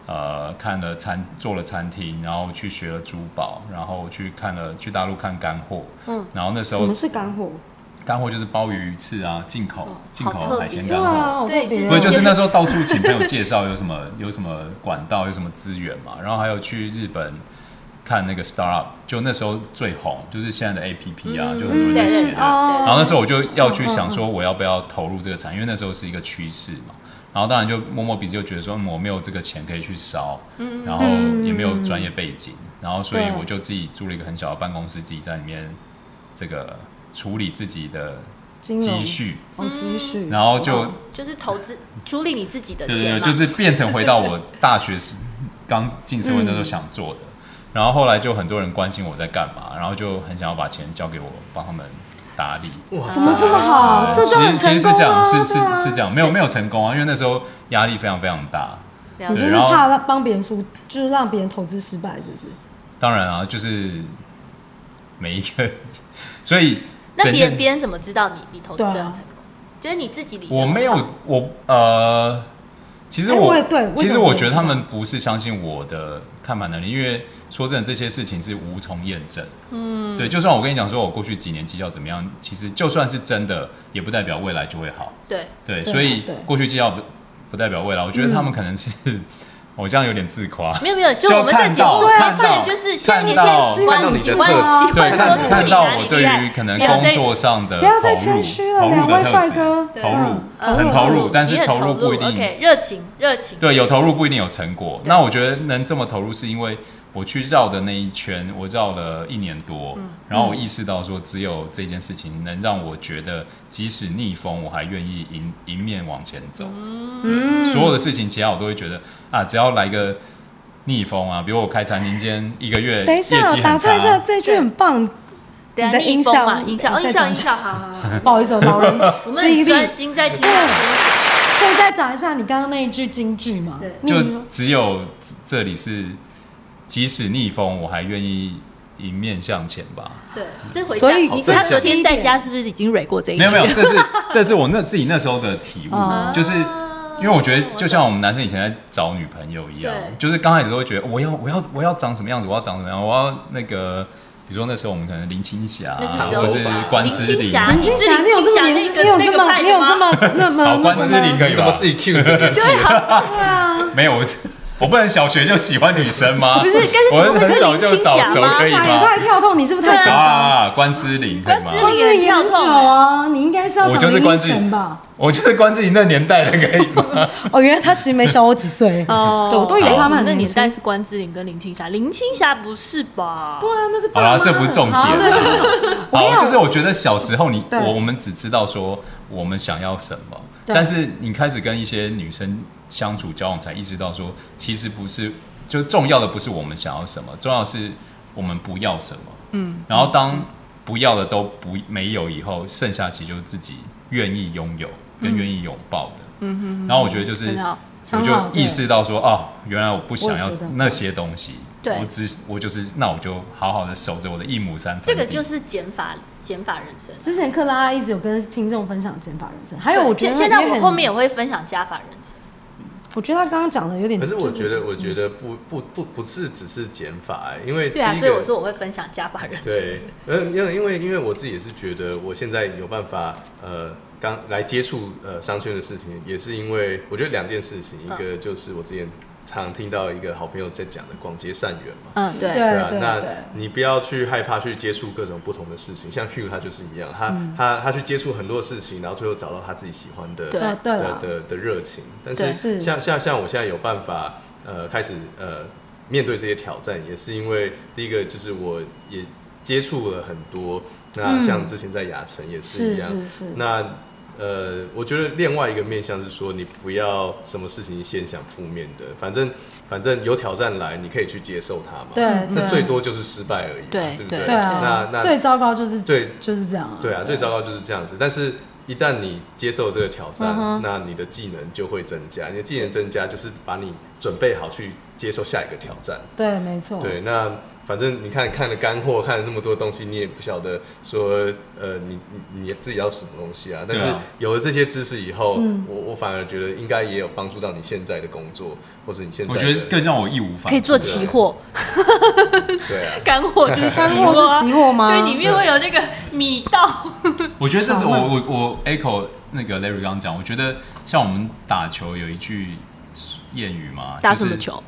Speaker 3: 呃看了餐，做了餐厅，然后去学了珠宝，然后去看了去大陆看干货。
Speaker 1: 嗯，
Speaker 3: 然后那时
Speaker 2: 什
Speaker 3: 候
Speaker 2: 么是干货？
Speaker 3: 干货就是鲍鱼、鱼翅啊，进口进
Speaker 1: 嗯好特
Speaker 3: 口海鲜
Speaker 1: 别
Speaker 3: 干
Speaker 2: 对
Speaker 3: 货。
Speaker 2: 啊，我
Speaker 1: 对
Speaker 2: 别
Speaker 1: 就
Speaker 3: 所以
Speaker 1: 是
Speaker 3: 就是那时候到处请朋友介绍有什么 *laughs* 有什么管道，有什么资源嘛，然后还有去日本看那个 startup，就那时候最红，就是现在的 APP 啊，就
Speaker 2: 嗯
Speaker 3: 很多人在
Speaker 1: 嗯对对哦
Speaker 3: 写
Speaker 1: 对
Speaker 3: 的。然后那时候我就要去
Speaker 2: 嗯嗯
Speaker 3: 想说，我要不要投入这个产业？因为那时候是一个趋势嘛。然后当然就摸摸鼻子，就觉得说、嗯我没有这个钱可以去烧，然后也没有专业背景，然后所以
Speaker 2: 对
Speaker 3: 我就自己租了一个很小的办公室，自己在里面这个处理自己的
Speaker 2: 金融
Speaker 3: 积，蓄，
Speaker 2: 哦，
Speaker 1: 嗯
Speaker 2: 积蓄，
Speaker 3: 然后就
Speaker 1: 就是投资处理你自己的
Speaker 3: 对对
Speaker 1: 钱嘛。
Speaker 3: 对，
Speaker 2: *laughs*
Speaker 3: 就是变成回到我大学时刚进社会那时候想做的。
Speaker 2: 嗯
Speaker 3: 然后后来就很多人关心我在干嘛，然后就很想要把钱交给我，帮他们打理。
Speaker 4: 哇
Speaker 2: 怎么这么好？哦这
Speaker 3: 其
Speaker 2: 就
Speaker 3: 实
Speaker 2: 很
Speaker 3: 啊其实
Speaker 2: 成
Speaker 3: 是
Speaker 2: 功
Speaker 3: 这样，
Speaker 2: 啊！
Speaker 3: 是是
Speaker 2: 对啊
Speaker 3: 是这样，没有没有成功啊，因为那时候压力非常非常大。
Speaker 1: 了
Speaker 2: 你哦就
Speaker 1: 解
Speaker 3: 对
Speaker 2: 是
Speaker 3: 然后
Speaker 2: 怕让帮别人输，就是让别人投资失败，是不是？
Speaker 3: 当然啊，就是每一个， *laughs* 所以
Speaker 1: 那
Speaker 3: 整
Speaker 1: 别人
Speaker 3: 件
Speaker 1: 别人怎么知道你你投资的
Speaker 2: 对啊
Speaker 1: 很成功？就是你自己理。
Speaker 3: 我没有，我呃，其实
Speaker 2: 哎
Speaker 3: 我、
Speaker 2: 我也对为
Speaker 3: 其
Speaker 2: 什
Speaker 3: 实
Speaker 2: 么
Speaker 3: 我
Speaker 2: 我
Speaker 3: 觉得
Speaker 2: 知
Speaker 3: 他
Speaker 2: 道
Speaker 3: 们不是相信我的看盘能力，因为说真的，这些事情是无从验证。嗯，对，就算我跟你讲说我过去几年绩效怎么样，其实就算是真的，也不代表未来就会好。
Speaker 1: 对，
Speaker 3: 对，
Speaker 2: 对啊
Speaker 3: 所以
Speaker 2: 对
Speaker 3: 过去绩效不不代表未来，我觉得他们可能是、 *laughs* 我这样有点自夸。
Speaker 1: 没有没有，就我们这
Speaker 3: 看
Speaker 1: 节目
Speaker 3: 到
Speaker 1: 对啊，
Speaker 3: 看
Speaker 1: 这
Speaker 3: 到
Speaker 1: 个就是
Speaker 3: 看
Speaker 1: 像你现
Speaker 3: 到
Speaker 1: 在
Speaker 3: 看
Speaker 1: 喜
Speaker 4: 到
Speaker 1: 欢
Speaker 4: 你的
Speaker 1: 喜欢
Speaker 4: 特质
Speaker 1: 喜
Speaker 3: 对，
Speaker 1: 欢
Speaker 3: 看
Speaker 1: 说出
Speaker 3: 看
Speaker 1: 你
Speaker 3: 到
Speaker 1: 哪
Speaker 3: 我
Speaker 1: 里
Speaker 3: 对
Speaker 1: 厉害
Speaker 3: 于可能
Speaker 1: 不要
Speaker 3: 工
Speaker 1: 再
Speaker 3: 作上的
Speaker 2: 哎不要再
Speaker 3: 呃投入
Speaker 2: 谦虚了，
Speaker 3: 投入
Speaker 2: 两
Speaker 3: 的
Speaker 2: 位
Speaker 3: 特
Speaker 2: 帅
Speaker 3: 质
Speaker 2: 哥，
Speaker 1: 对
Speaker 3: 投入
Speaker 1: 啊
Speaker 2: 嗯
Speaker 3: 很投入，但
Speaker 1: 你
Speaker 3: 是
Speaker 1: 很
Speaker 3: 投入不一
Speaker 1: OK，
Speaker 3: 定
Speaker 1: 热情热情。
Speaker 3: 对，有投入不一定有成果。
Speaker 1: 对
Speaker 3: 那我觉得能这么投入，是因为我去绕的那一圈，我绕了一年多，
Speaker 2: 嗯
Speaker 3: 然后我意识到说，只有这件事情能让我觉得，即使逆风，我还愿意迎迎面往前走。
Speaker 2: 嗯
Speaker 3: 对所有的事情，其他我都会觉得啊，只要来个逆风啊，比如我开餐厅间一个
Speaker 2: *laughs*
Speaker 3: 月
Speaker 2: 等
Speaker 3: 业
Speaker 2: 一
Speaker 3: 绩
Speaker 2: 下，我打
Speaker 3: 很
Speaker 2: 岔一下，
Speaker 3: 差，
Speaker 2: 这句很棒。
Speaker 1: 对啊，
Speaker 2: 你的
Speaker 1: 逆
Speaker 2: 音
Speaker 1: 风
Speaker 2: 效
Speaker 1: 嘛，音效，哦，
Speaker 2: 再
Speaker 1: 音效，
Speaker 2: 讲
Speaker 1: 音效，好好
Speaker 2: *laughs*
Speaker 1: 好。
Speaker 2: 不好意思，我哦老人
Speaker 1: 我们
Speaker 2: 记忆
Speaker 1: 很
Speaker 2: 力。嗯
Speaker 1: 专心在听。
Speaker 2: 可以再讲一下你刚刚那一句京剧吗？
Speaker 1: 对
Speaker 2: 你
Speaker 3: 就只有这里是，即使逆风，我还愿意迎面向前吧。
Speaker 1: 对，这回
Speaker 2: 所以
Speaker 1: 家你
Speaker 4: 这
Speaker 1: 他
Speaker 4: 是
Speaker 1: 昨天在家是不是已经蕊过这一句？
Speaker 3: 没有没有，这是这是我那自己那时候的体悟，
Speaker 2: 哦
Speaker 3: 就是
Speaker 1: 啊
Speaker 3: 因为我觉得就像我们男生以前在找女朋友一样
Speaker 1: 对，
Speaker 3: 就是刚开始都会觉得我要我要我要长什么样子，我要长什么样子，我要那个，比如说那时候我们可能林青霞啊
Speaker 1: 那时候
Speaker 3: 或者是关之
Speaker 1: 林青
Speaker 3: 琳，
Speaker 1: 霞
Speaker 2: 林青霞，你有这么年
Speaker 1: 那个
Speaker 2: 纪，你有这
Speaker 1: 那个
Speaker 2: 么，
Speaker 1: 派的
Speaker 2: 你有这么那
Speaker 3: 好
Speaker 2: 么
Speaker 3: 关之琳可以吧
Speaker 4: 你怎么自己 Q 你的年纪？
Speaker 1: 啊
Speaker 2: *laughs*
Speaker 3: 没有，我是我不能小学就喜欢女生吗？
Speaker 1: 不是但是
Speaker 3: 我
Speaker 1: 不是
Speaker 3: 很早
Speaker 1: 林
Speaker 3: 就
Speaker 1: 青
Speaker 3: 早
Speaker 1: 霞
Speaker 3: 熟
Speaker 1: 吗
Speaker 3: 可以
Speaker 2: 想也
Speaker 3: 吗？
Speaker 2: 太跳动，你是不是太紧
Speaker 3: 早
Speaker 2: 张？
Speaker 3: 啊，关之琳可以吗
Speaker 1: 关？之
Speaker 2: 关
Speaker 1: 琳欸
Speaker 2: 之琳也很久啊，你应该是要
Speaker 3: 我就是
Speaker 2: 讲
Speaker 3: 关
Speaker 2: 林
Speaker 3: 之
Speaker 2: 依
Speaker 3: 琳
Speaker 2: 晨吧？
Speaker 3: 我就是关之琳那年代的可以吗？
Speaker 2: 哦，原来他其实没小我几岁。
Speaker 1: 哦
Speaker 2: 对我都以为他们很
Speaker 1: 那
Speaker 2: 年
Speaker 1: 年
Speaker 2: 轻
Speaker 1: 代是关之琳跟林青霞，林青霞不是吧？
Speaker 2: 对啊，那是
Speaker 3: 好
Speaker 2: 爸妈啊
Speaker 3: 啦，这不是重点
Speaker 2: 好对
Speaker 3: 啦。
Speaker 2: 我跟你
Speaker 3: 好，
Speaker 2: 讲
Speaker 3: 就是我觉得小时候你
Speaker 2: 对
Speaker 3: 我我们只知道说我们想要什么，
Speaker 2: 对
Speaker 3: 但是你开始跟一些女生相处交往，才意识到说其实不是，就重要的不是我们想要什么，重要的是我们不要什么。嗯，然后当不要的都不没有以后，剩下其实就是自己愿意拥有跟愿意拥抱的。嗯哼，然后我觉得就是
Speaker 1: 很好。
Speaker 3: 我
Speaker 2: 很
Speaker 3: 就
Speaker 2: 好
Speaker 3: 意识到说，哦，原来我不想要
Speaker 2: 我也觉得
Speaker 3: 那些东西，
Speaker 1: 对
Speaker 3: 我只我就是那我就好好的守着我的一亩三分地。
Speaker 1: 这个就是减法减法人生。
Speaker 2: 之前克拉一直有跟听众分享减法人生，还有
Speaker 1: 对
Speaker 2: 我觉得
Speaker 1: 现现在
Speaker 2: 也
Speaker 1: 我
Speaker 2: 很
Speaker 1: 后面，也会分享加法人生。
Speaker 2: 我觉得他刚刚讲的有点，
Speaker 4: *laughs* 可是我
Speaker 2: 就
Speaker 4: 觉得，我觉得不不不不是只是减法、欸，因为
Speaker 1: 对啊，
Speaker 4: 第一
Speaker 1: 所以
Speaker 4: 个
Speaker 1: 我说我会分享加法人生。
Speaker 4: 对，呃，因为因为因为我自己也是觉得，我现在有办法呃，刚来接触呃商圈的事情，也是因为我觉得两件事情，一
Speaker 1: 嗯
Speaker 4: 个就是我之前常听到一个好朋友在讲的广结善缘嘛。
Speaker 1: 嗯，对，
Speaker 2: 对
Speaker 4: 啊，那
Speaker 2: 对
Speaker 4: 你不要去害怕去接触各种不同的事情，像 Hugh 他就是一样，他、
Speaker 2: 嗯
Speaker 4: 他他去接触很多事情，然后最后找到他自己喜欢的
Speaker 1: 对
Speaker 2: 啊对
Speaker 4: 的
Speaker 2: 啦，
Speaker 4: 的的热情。但
Speaker 1: 对
Speaker 4: 是
Speaker 2: 是
Speaker 4: 像像像我现在有办法呃开始呃面对这些挑战，也是因为第一个就是我也接触了很多，那
Speaker 2: 嗯
Speaker 4: 像之前在亚城也是
Speaker 2: 是
Speaker 4: 一样，
Speaker 2: 是是，
Speaker 4: 那呃，我觉得另外一个面向是说，你不要什么事情先想负面的，反正反正有挑战来，你可以去接受它嘛。
Speaker 2: 对，
Speaker 1: 嗯
Speaker 4: 那
Speaker 2: 对
Speaker 4: 最多就是失败而已嘛，
Speaker 1: 对
Speaker 4: 不
Speaker 1: 对
Speaker 4: 对？
Speaker 2: 对
Speaker 4: 那
Speaker 2: 啊，
Speaker 4: 那
Speaker 2: 最糟糕就是
Speaker 4: 最
Speaker 2: 就是这样啊，
Speaker 4: 对啊，最糟糕就是这样子。但是，一旦你接受这个挑战，
Speaker 2: 嗯哼
Speaker 4: 那你的技能就会增加。你的技能增加，就是把你准备好去接受下一个挑战。
Speaker 2: 对，没错，
Speaker 4: 对，那反正你看看了干货，看了那么多东西，你也不晓得说，呃，你你你自己要什么东西啊。但是
Speaker 3: 对啊
Speaker 4: 有了这些知识以后，
Speaker 2: 嗯
Speaker 4: 我我反而觉得应该也有帮助到你现在的工作，或者你现在
Speaker 3: 我
Speaker 4: 的
Speaker 3: 觉得更让我义无反顾。
Speaker 1: 可以做期货，
Speaker 4: 对啊。
Speaker 1: 干货就是期
Speaker 2: 干货
Speaker 1: 啊
Speaker 2: 是期货吗？
Speaker 1: 对，里面会有那个米道。
Speaker 3: 我觉得这是我我我 echo 那个 Larry 刚刚讲，我觉得像我们打球有一句谚语嘛，
Speaker 1: 打什么？球？
Speaker 3: 就是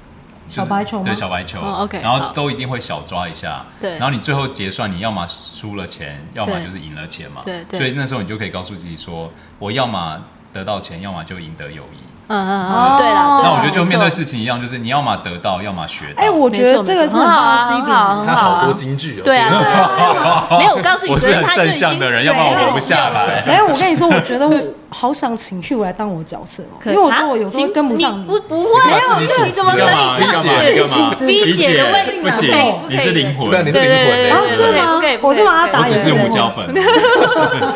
Speaker 2: 小白球吗
Speaker 3: 对小白球、
Speaker 1: 哦，OK，
Speaker 3: 然后
Speaker 1: 好
Speaker 3: 都一定会小抓一下，
Speaker 1: 对
Speaker 3: 然后你最后结算，你要么输了钱，要么就是赢了钱嘛，
Speaker 1: 对对
Speaker 3: 所以那时候你就可以告诉自己说，我要么得到钱，要么就赢得友谊，
Speaker 1: 嗯嗯
Speaker 2: 哦
Speaker 1: 嗯，对啦，对啦
Speaker 3: 那我觉得就
Speaker 1: 没错
Speaker 3: 面对事情一样，就是你要么得到，要么学到。
Speaker 2: 哎，我觉得这个是很棒的
Speaker 1: 没错没错很
Speaker 2: C
Speaker 1: 好啊很
Speaker 2: 点。
Speaker 4: 他好多金句哦，
Speaker 1: 对啊，
Speaker 4: 真的
Speaker 1: 对啊，
Speaker 3: *laughs*
Speaker 1: 对啊没有，我告诉你，
Speaker 3: 我是很
Speaker 1: 可他就已
Speaker 3: 正
Speaker 1: 经
Speaker 3: 向的人，要不然我活不下。来。
Speaker 2: 没有，我跟你说，我觉得我好想请 Hugh 来当我角色哦，
Speaker 1: 可
Speaker 2: 因为我觉得我有时候会跟不上
Speaker 1: 你不不会，
Speaker 3: 你把自己
Speaker 1: 这
Speaker 3: 死
Speaker 1: 你怎么可以
Speaker 3: 干嘛
Speaker 1: 这样
Speaker 3: 你干嘛
Speaker 1: 子
Speaker 3: 你干嘛
Speaker 2: 自己
Speaker 1: 理
Speaker 3: 理
Speaker 1: 解
Speaker 3: 解
Speaker 1: 的问题
Speaker 3: 不行
Speaker 1: 可以可，以
Speaker 3: 你是灵魂，
Speaker 4: 对啊，你是
Speaker 1: 对
Speaker 4: 灵
Speaker 1: 对
Speaker 4: 魂
Speaker 1: 对对
Speaker 4: 欸
Speaker 2: 啊真的吗
Speaker 1: 不可以不可以
Speaker 2: 我这么阿达
Speaker 3: 我
Speaker 2: 耶
Speaker 3: 只是胡椒粉。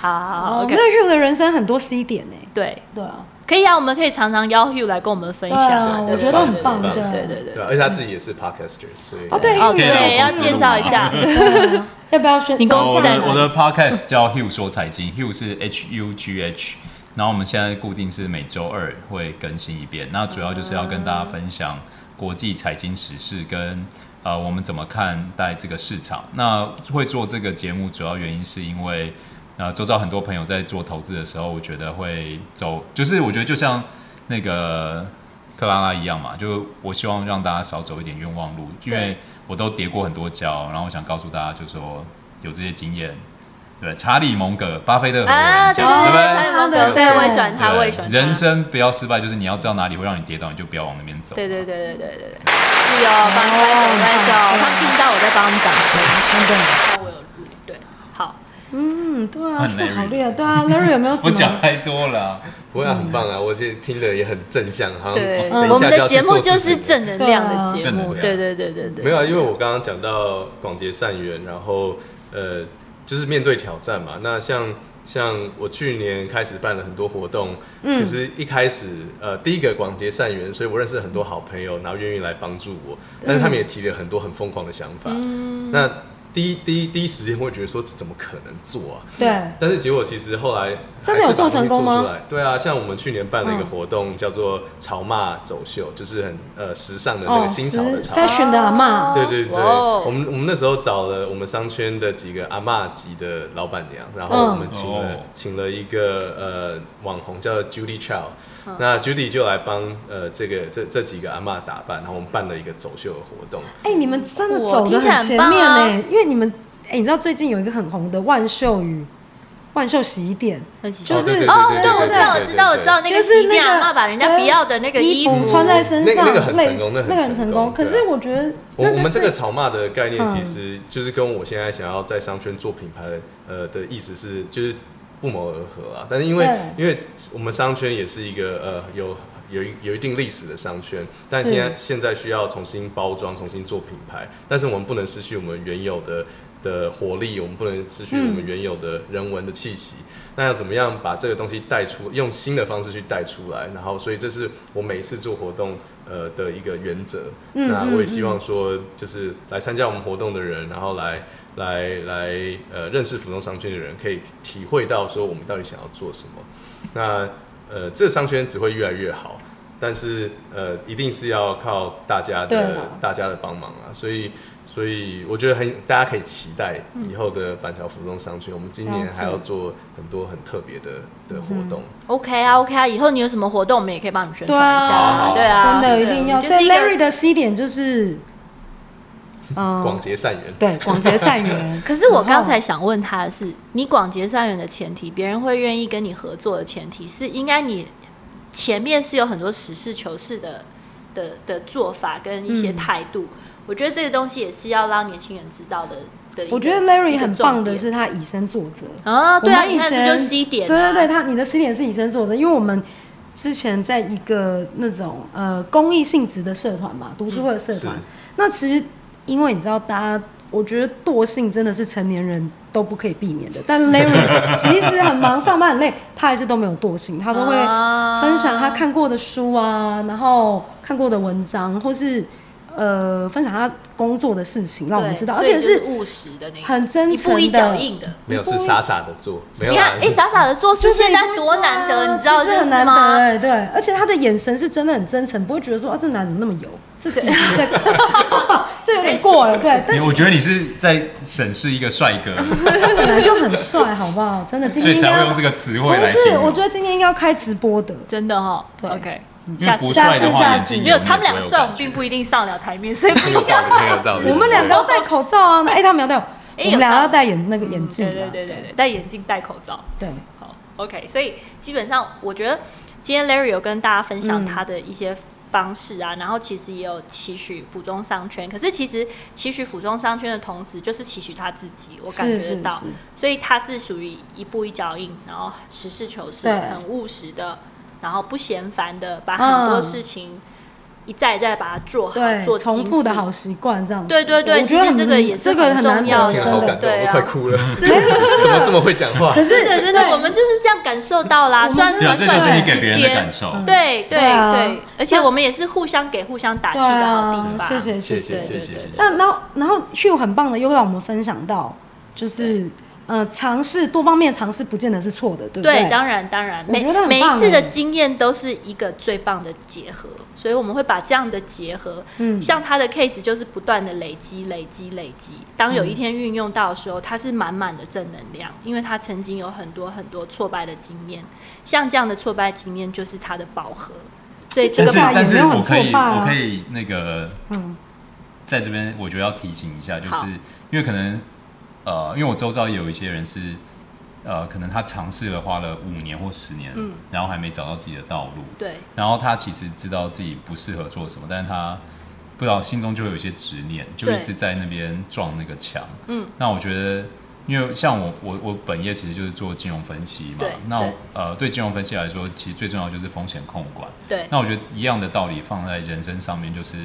Speaker 1: 好好好
Speaker 2: 哦，
Speaker 1: ，OK，
Speaker 2: 那 Hugh 的人生很多 C 点呢。
Speaker 1: 对，
Speaker 2: 对啊，
Speaker 1: 可以啊，我们可以常常邀 Hugh 来跟我们分
Speaker 2: 对啊
Speaker 1: 享，
Speaker 4: 我觉得很棒
Speaker 1: 对
Speaker 4: 对
Speaker 1: 对
Speaker 2: 啊
Speaker 1: 对对对
Speaker 4: 对
Speaker 1: 对。
Speaker 4: 啊，而且他自己也是 podcaster，所以
Speaker 2: 哦对
Speaker 1: 哦，
Speaker 2: 对
Speaker 1: 对，要介绍一下，
Speaker 2: 要不要选？
Speaker 1: 你公
Speaker 3: 我
Speaker 1: 司在
Speaker 3: 的
Speaker 1: 哪
Speaker 3: 我的 podcast 叫 Hugh 说财经，Hugh 是 H U G H，然后我们现在固定是每周二会更新一遍。那主要就是要跟大家分享国际财经时事跟呃我们怎么看待这个市场。那会做这个节目，主要原因是因为呃周遭很多朋友在做投资的时候，我觉得会走，就是我觉得就像那个克拉拉一样嘛，就我希望让大家少走一点冤枉路，因为
Speaker 1: 对
Speaker 3: 我都跌过很多跤，然后我想告诉大家，就说有这些经验，对，查理蒙格、巴菲特很多
Speaker 1: 啊，
Speaker 3: 人
Speaker 1: 对
Speaker 3: 讲，
Speaker 1: 对
Speaker 3: 不
Speaker 1: 对，
Speaker 3: 对？
Speaker 1: 蔡康
Speaker 2: 对
Speaker 1: 永对，我也喜欢他，
Speaker 3: 对
Speaker 1: 我也喜欢他，
Speaker 3: 人生不要失败，就是你要知道哪里会让你跌倒，你就不要往那边走。
Speaker 1: 对对对对对对对，是哦，帮你拍手拍手，他们听到我在帮你掌声，
Speaker 2: 真的，
Speaker 1: 我有录，对，好，
Speaker 2: 嗯，对啊，
Speaker 3: 很
Speaker 2: Hugh 好
Speaker 3: Larry
Speaker 2: 厉害，对啊，Larry 有没有什
Speaker 3: 我
Speaker 2: 么？
Speaker 3: 讲太多了啊，
Speaker 4: 不会啊很棒啊，我这听的也很正向，好像
Speaker 1: 对，
Speaker 4: 等
Speaker 1: 嗯我
Speaker 4: 一下
Speaker 1: 们
Speaker 4: 就
Speaker 1: 的
Speaker 4: 要去
Speaker 1: 节目
Speaker 4: 做
Speaker 1: 就
Speaker 4: 事
Speaker 1: 是
Speaker 4: 情
Speaker 1: 正能量的节
Speaker 3: 正
Speaker 1: 目，
Speaker 3: 能量
Speaker 1: 对对对对对，
Speaker 4: 没有啊，因为我刚刚讲到广结善缘，然后呃，就是面对挑战嘛。那像像我去年开始办了很多活动，
Speaker 1: 嗯
Speaker 4: 其实一开始呃，第一个广结善缘，所以我认识很多好朋友，然后愿意来帮助我，但是他们也提了很多很疯狂的想法。
Speaker 1: 嗯
Speaker 4: 那第一第一第一时间会觉得说，这怎么可能做啊？
Speaker 2: 对，
Speaker 4: 但是结果其实后来
Speaker 2: 真的有
Speaker 4: 还是把
Speaker 2: 做成功吗嗯
Speaker 4: 东西做出来？对啊，像我们去年办了一个活动，叫做“潮骂走秀”，就是很呃时尚的那
Speaker 2: 哦，
Speaker 4: 个新潮的
Speaker 2: 是
Speaker 4: 潮。
Speaker 2: fashion 的阿嬷，
Speaker 4: 对对对，
Speaker 1: 哇哦
Speaker 4: 我们我们那时候找了我们商圈的几个阿嬷级的老板娘，然
Speaker 2: 嗯
Speaker 4: 后我们请了、
Speaker 3: 哦
Speaker 4: 请了一个呃网红叫 Judy Chow，、那
Speaker 2: 嗯
Speaker 4: Judy 就来帮呃这个这这几个阿嬷打扮，然后我们办了一个走秀的活动。
Speaker 2: 哎、你们真的
Speaker 1: 我
Speaker 2: 走的
Speaker 1: 听起来
Speaker 2: 前
Speaker 1: 很棒
Speaker 2: 面呢、
Speaker 1: 啊
Speaker 2: 因为你们，哎、你知道最近有一个很红的万秀宇，万秀洗衣店，
Speaker 1: 很喜
Speaker 2: 就
Speaker 1: 欢
Speaker 2: 是
Speaker 1: 哦，
Speaker 4: 对
Speaker 1: 对，我知道，我知道，我知道那
Speaker 2: 就
Speaker 1: 个
Speaker 2: 是
Speaker 1: 洗
Speaker 2: 那
Speaker 1: 店
Speaker 2: 个
Speaker 1: 阿嬷把人家
Speaker 2: 呃
Speaker 1: 不要的那个衣服
Speaker 2: 服穿在身上，
Speaker 4: 那个那个很
Speaker 2: 类
Speaker 4: 成功那个很
Speaker 2: 那个很
Speaker 4: 成
Speaker 2: 功。
Speaker 4: 功
Speaker 2: 可
Speaker 4: 对
Speaker 2: 是
Speaker 4: 啊
Speaker 2: 我觉得
Speaker 4: 我
Speaker 2: 那嗯
Speaker 4: 我们
Speaker 2: 是
Speaker 4: 这个草骂的概念，其实就是跟我现在想要在商圈做品牌，呃的意思是就是不谋而合啊。但是因为因为我们商圈也是一个呃有有一有一定历史的商圈，但
Speaker 2: 是
Speaker 4: 现在现在需要重新包装、重新做品牌，但是我们不能失去我们原有的的活力，我们不能失去我们原有的人文的气息。那要怎么样把这个东西带出，用新的方式去带出来？然后，所以这是我每一次做活动呃的一个原则。那我也希望说，就是来参加我们活动的人，然后来来来呃认识服装商圈的人，可以体会到说我们到底想要做什么。那呃，这个商圈只会越来越好，但是呃，一定是要靠大家
Speaker 2: 对
Speaker 4: 的
Speaker 2: 啦
Speaker 4: 大家的帮忙啊，所以。所以我觉得很，大家可以期待以后的板桥服装商圈。我们今
Speaker 2: 了
Speaker 4: 年
Speaker 2: 解
Speaker 4: 还要做很多很特别的的活动。
Speaker 1: OK 啊，OK 啊，以后你有什么活动，我们也可以帮你宣
Speaker 2: 对
Speaker 1: 传一下
Speaker 2: 啊
Speaker 1: 啊，，对啊，
Speaker 2: 真的一定要。
Speaker 1: 就
Speaker 2: 所
Speaker 1: 是一
Speaker 2: 以
Speaker 1: 个。
Speaker 2: Larry 的 C 点就是，嗯、
Speaker 4: 广结善缘，
Speaker 2: 对，广结善
Speaker 1: *laughs*
Speaker 2: 缘
Speaker 1: 可是我刚才
Speaker 2: 然后
Speaker 1: 想问他的是，你广结善缘的前提，别人会愿意跟你合作的前提是，应该你前面是有很多实事求是的的的做法跟一些态度。我觉得这个东西也是要让年轻人知道的的一个。
Speaker 2: 我觉得
Speaker 1: 一
Speaker 2: Larry
Speaker 1: 个
Speaker 2: 很
Speaker 1: 重
Speaker 2: 棒的
Speaker 1: 点
Speaker 2: 是他以身作则。
Speaker 1: 啊，对啊，
Speaker 2: 我们以
Speaker 1: 你看
Speaker 2: 前
Speaker 1: 这就是 C 点、啊，
Speaker 2: 对对对，他你的 C 点是以身作则，因为我们之前在一个那种呃公益性质的社团嘛，读书会的社团，
Speaker 4: 是
Speaker 2: 那其实因为你知道大家。我觉得惰性真的是成年人都不可以避免的，但 Larry 其实很忙，上班很累，他还是都没有惰性，他都会
Speaker 1: 啊
Speaker 2: 分享他看过的书啊，然后看过的文章，或是呃分享他工作的事情，让我们
Speaker 1: 对
Speaker 2: 知道，而
Speaker 1: 所以就
Speaker 2: 且
Speaker 1: 是
Speaker 2: 是
Speaker 1: 务实的那个，
Speaker 2: 很真诚
Speaker 1: 一步一脚
Speaker 2: 的
Speaker 1: 印的。
Speaker 4: *laughs* 没有是傻傻的做，没有
Speaker 1: 你
Speaker 4: 啦
Speaker 1: 看，哎、傻傻的做事，
Speaker 2: 就是啊
Speaker 1: 现在多难得，你知道
Speaker 2: 其
Speaker 1: 这
Speaker 2: 实
Speaker 1: 是
Speaker 2: 很难得
Speaker 1: 吗？
Speaker 2: 哎，对，而且他的眼神是真的很真诚，不会觉得说啊这男人怎么那么油，这这
Speaker 1: *laughs*
Speaker 2: 这这有点过了，对，但
Speaker 3: 你我觉得你是在审视一个帅哥，
Speaker 2: 他本来就很帅，好不好？真的，今
Speaker 3: 所
Speaker 2: 天
Speaker 3: 以
Speaker 2: 应
Speaker 3: 才
Speaker 2: 该
Speaker 3: 会
Speaker 2: 要
Speaker 3: 用这个词
Speaker 2: 不
Speaker 3: 汇来形
Speaker 2: 是，
Speaker 3: 容。
Speaker 2: 我觉得今天应该要开直播的，
Speaker 1: 真的哈、
Speaker 2: 对嗯
Speaker 1: o k
Speaker 3: 因为不帅的话，眼睛
Speaker 1: 没有他们两个帅，我们
Speaker 3: 病。
Speaker 1: 并不一定上了台面，所以不一定要。
Speaker 4: 很有道理。
Speaker 2: 我们两个要戴口罩啊，那哎他们要戴，
Speaker 1: 哎
Speaker 2: 我们俩
Speaker 1: 有道理
Speaker 2: 要戴眼那个眼镜
Speaker 1: *laughs* 对对
Speaker 2: 啊，
Speaker 1: 对对对，戴眼镜戴口罩。
Speaker 2: 对，
Speaker 1: 好，OK，所以基本上我觉得今天 Larry 有跟大家分
Speaker 2: 嗯
Speaker 1: 享他的一些方式啊，然后其实也有期许服装商圈，可是其实期许服装商圈的同时，就是期许他自己，我感觉得到，
Speaker 2: 是是是
Speaker 1: 所以他是属于一步一脚印，然后实事求是，
Speaker 2: 对
Speaker 1: 很务实的，然后不嫌烦的，把很多
Speaker 2: 嗯
Speaker 1: 事情一再一再把它做好，
Speaker 2: 对，
Speaker 1: 做
Speaker 2: 重
Speaker 1: 精
Speaker 2: 复的
Speaker 1: 致
Speaker 2: 好习惯这样子。
Speaker 1: 对对对
Speaker 2: 我
Speaker 1: 其
Speaker 2: 觉得
Speaker 1: 实
Speaker 2: 很
Speaker 1: 这个也是
Speaker 2: 这个
Speaker 1: 很
Speaker 2: 很
Speaker 1: 重
Speaker 2: 难
Speaker 1: 要
Speaker 2: 得，
Speaker 1: 的
Speaker 4: *laughs* 听了好
Speaker 2: 真
Speaker 4: 感动，
Speaker 1: 对啊
Speaker 4: 我快
Speaker 1: *laughs*
Speaker 4: 哭了，
Speaker 1: 真的
Speaker 4: 怎么这么会讲话
Speaker 2: 可？
Speaker 1: *laughs*
Speaker 2: 是
Speaker 1: 真的真的，我们就是这样感受到啦。
Speaker 2: 我们
Speaker 1: 虽然
Speaker 3: 对啊，
Speaker 1: 短
Speaker 3: 这
Speaker 1: 短
Speaker 3: 就是你给
Speaker 1: 时
Speaker 3: 别人的
Speaker 1: 间
Speaker 3: 感受。
Speaker 1: 对嗯对
Speaker 2: 对啊
Speaker 1: 对，而且我们也是互相给互相打气
Speaker 2: 对
Speaker 1: 的好地
Speaker 2: 啊，
Speaker 1: 方。
Speaker 2: 谢谢
Speaker 4: 谢
Speaker 2: 谢
Speaker 4: 谢谢谢谢
Speaker 1: 对
Speaker 4: 谢。
Speaker 2: 那然后然后 Hugh 很棒的，又让我们分享到，就是呃尝试多方面尝试，不见得是错的，对不
Speaker 1: 对，
Speaker 2: 对，
Speaker 1: 当然当然，
Speaker 2: 我
Speaker 1: 每
Speaker 2: 觉得很
Speaker 1: 每一
Speaker 2: 棒
Speaker 1: 次的
Speaker 2: 欸
Speaker 1: 经验都是一个最棒的结合，所以我们会把这样的结合，
Speaker 2: 嗯
Speaker 1: 像他的 case 就是不断的累积、累积、累积。当有一天运用到的时候，它是满满的正能量，
Speaker 2: 嗯
Speaker 1: 因为他曾经有很多很多挫败的经验，像这样的挫败经验就是他的饱和。所以这个
Speaker 3: 但是
Speaker 2: 这个
Speaker 3: 但
Speaker 2: 也
Speaker 3: 是
Speaker 2: 没有很
Speaker 3: 我可以
Speaker 2: 挫败啊
Speaker 3: 我可以那个
Speaker 2: 嗯，
Speaker 3: 在这边，我觉得要提醒一下，就是
Speaker 1: 好
Speaker 3: 因为可能呃，因为我周遭也有一些人是呃，可能他尝试了花了五年或十年，
Speaker 1: 嗯
Speaker 3: 然后还没找到自己的道路，
Speaker 1: 对
Speaker 3: 然后他其实知道自己不适合做什么，但是他不知道心中就有一些执念，就
Speaker 1: 对
Speaker 3: 一直在那边撞那个墙。
Speaker 1: 嗯，
Speaker 3: 那我觉得，因为像我我我本业其实就是做金融分析嘛
Speaker 1: 对，
Speaker 3: 那
Speaker 1: 对
Speaker 3: 呃对金融分析来说，其实最重要就是风险控管。
Speaker 1: 对
Speaker 3: 那我觉得一样的道理放在人生上面，就是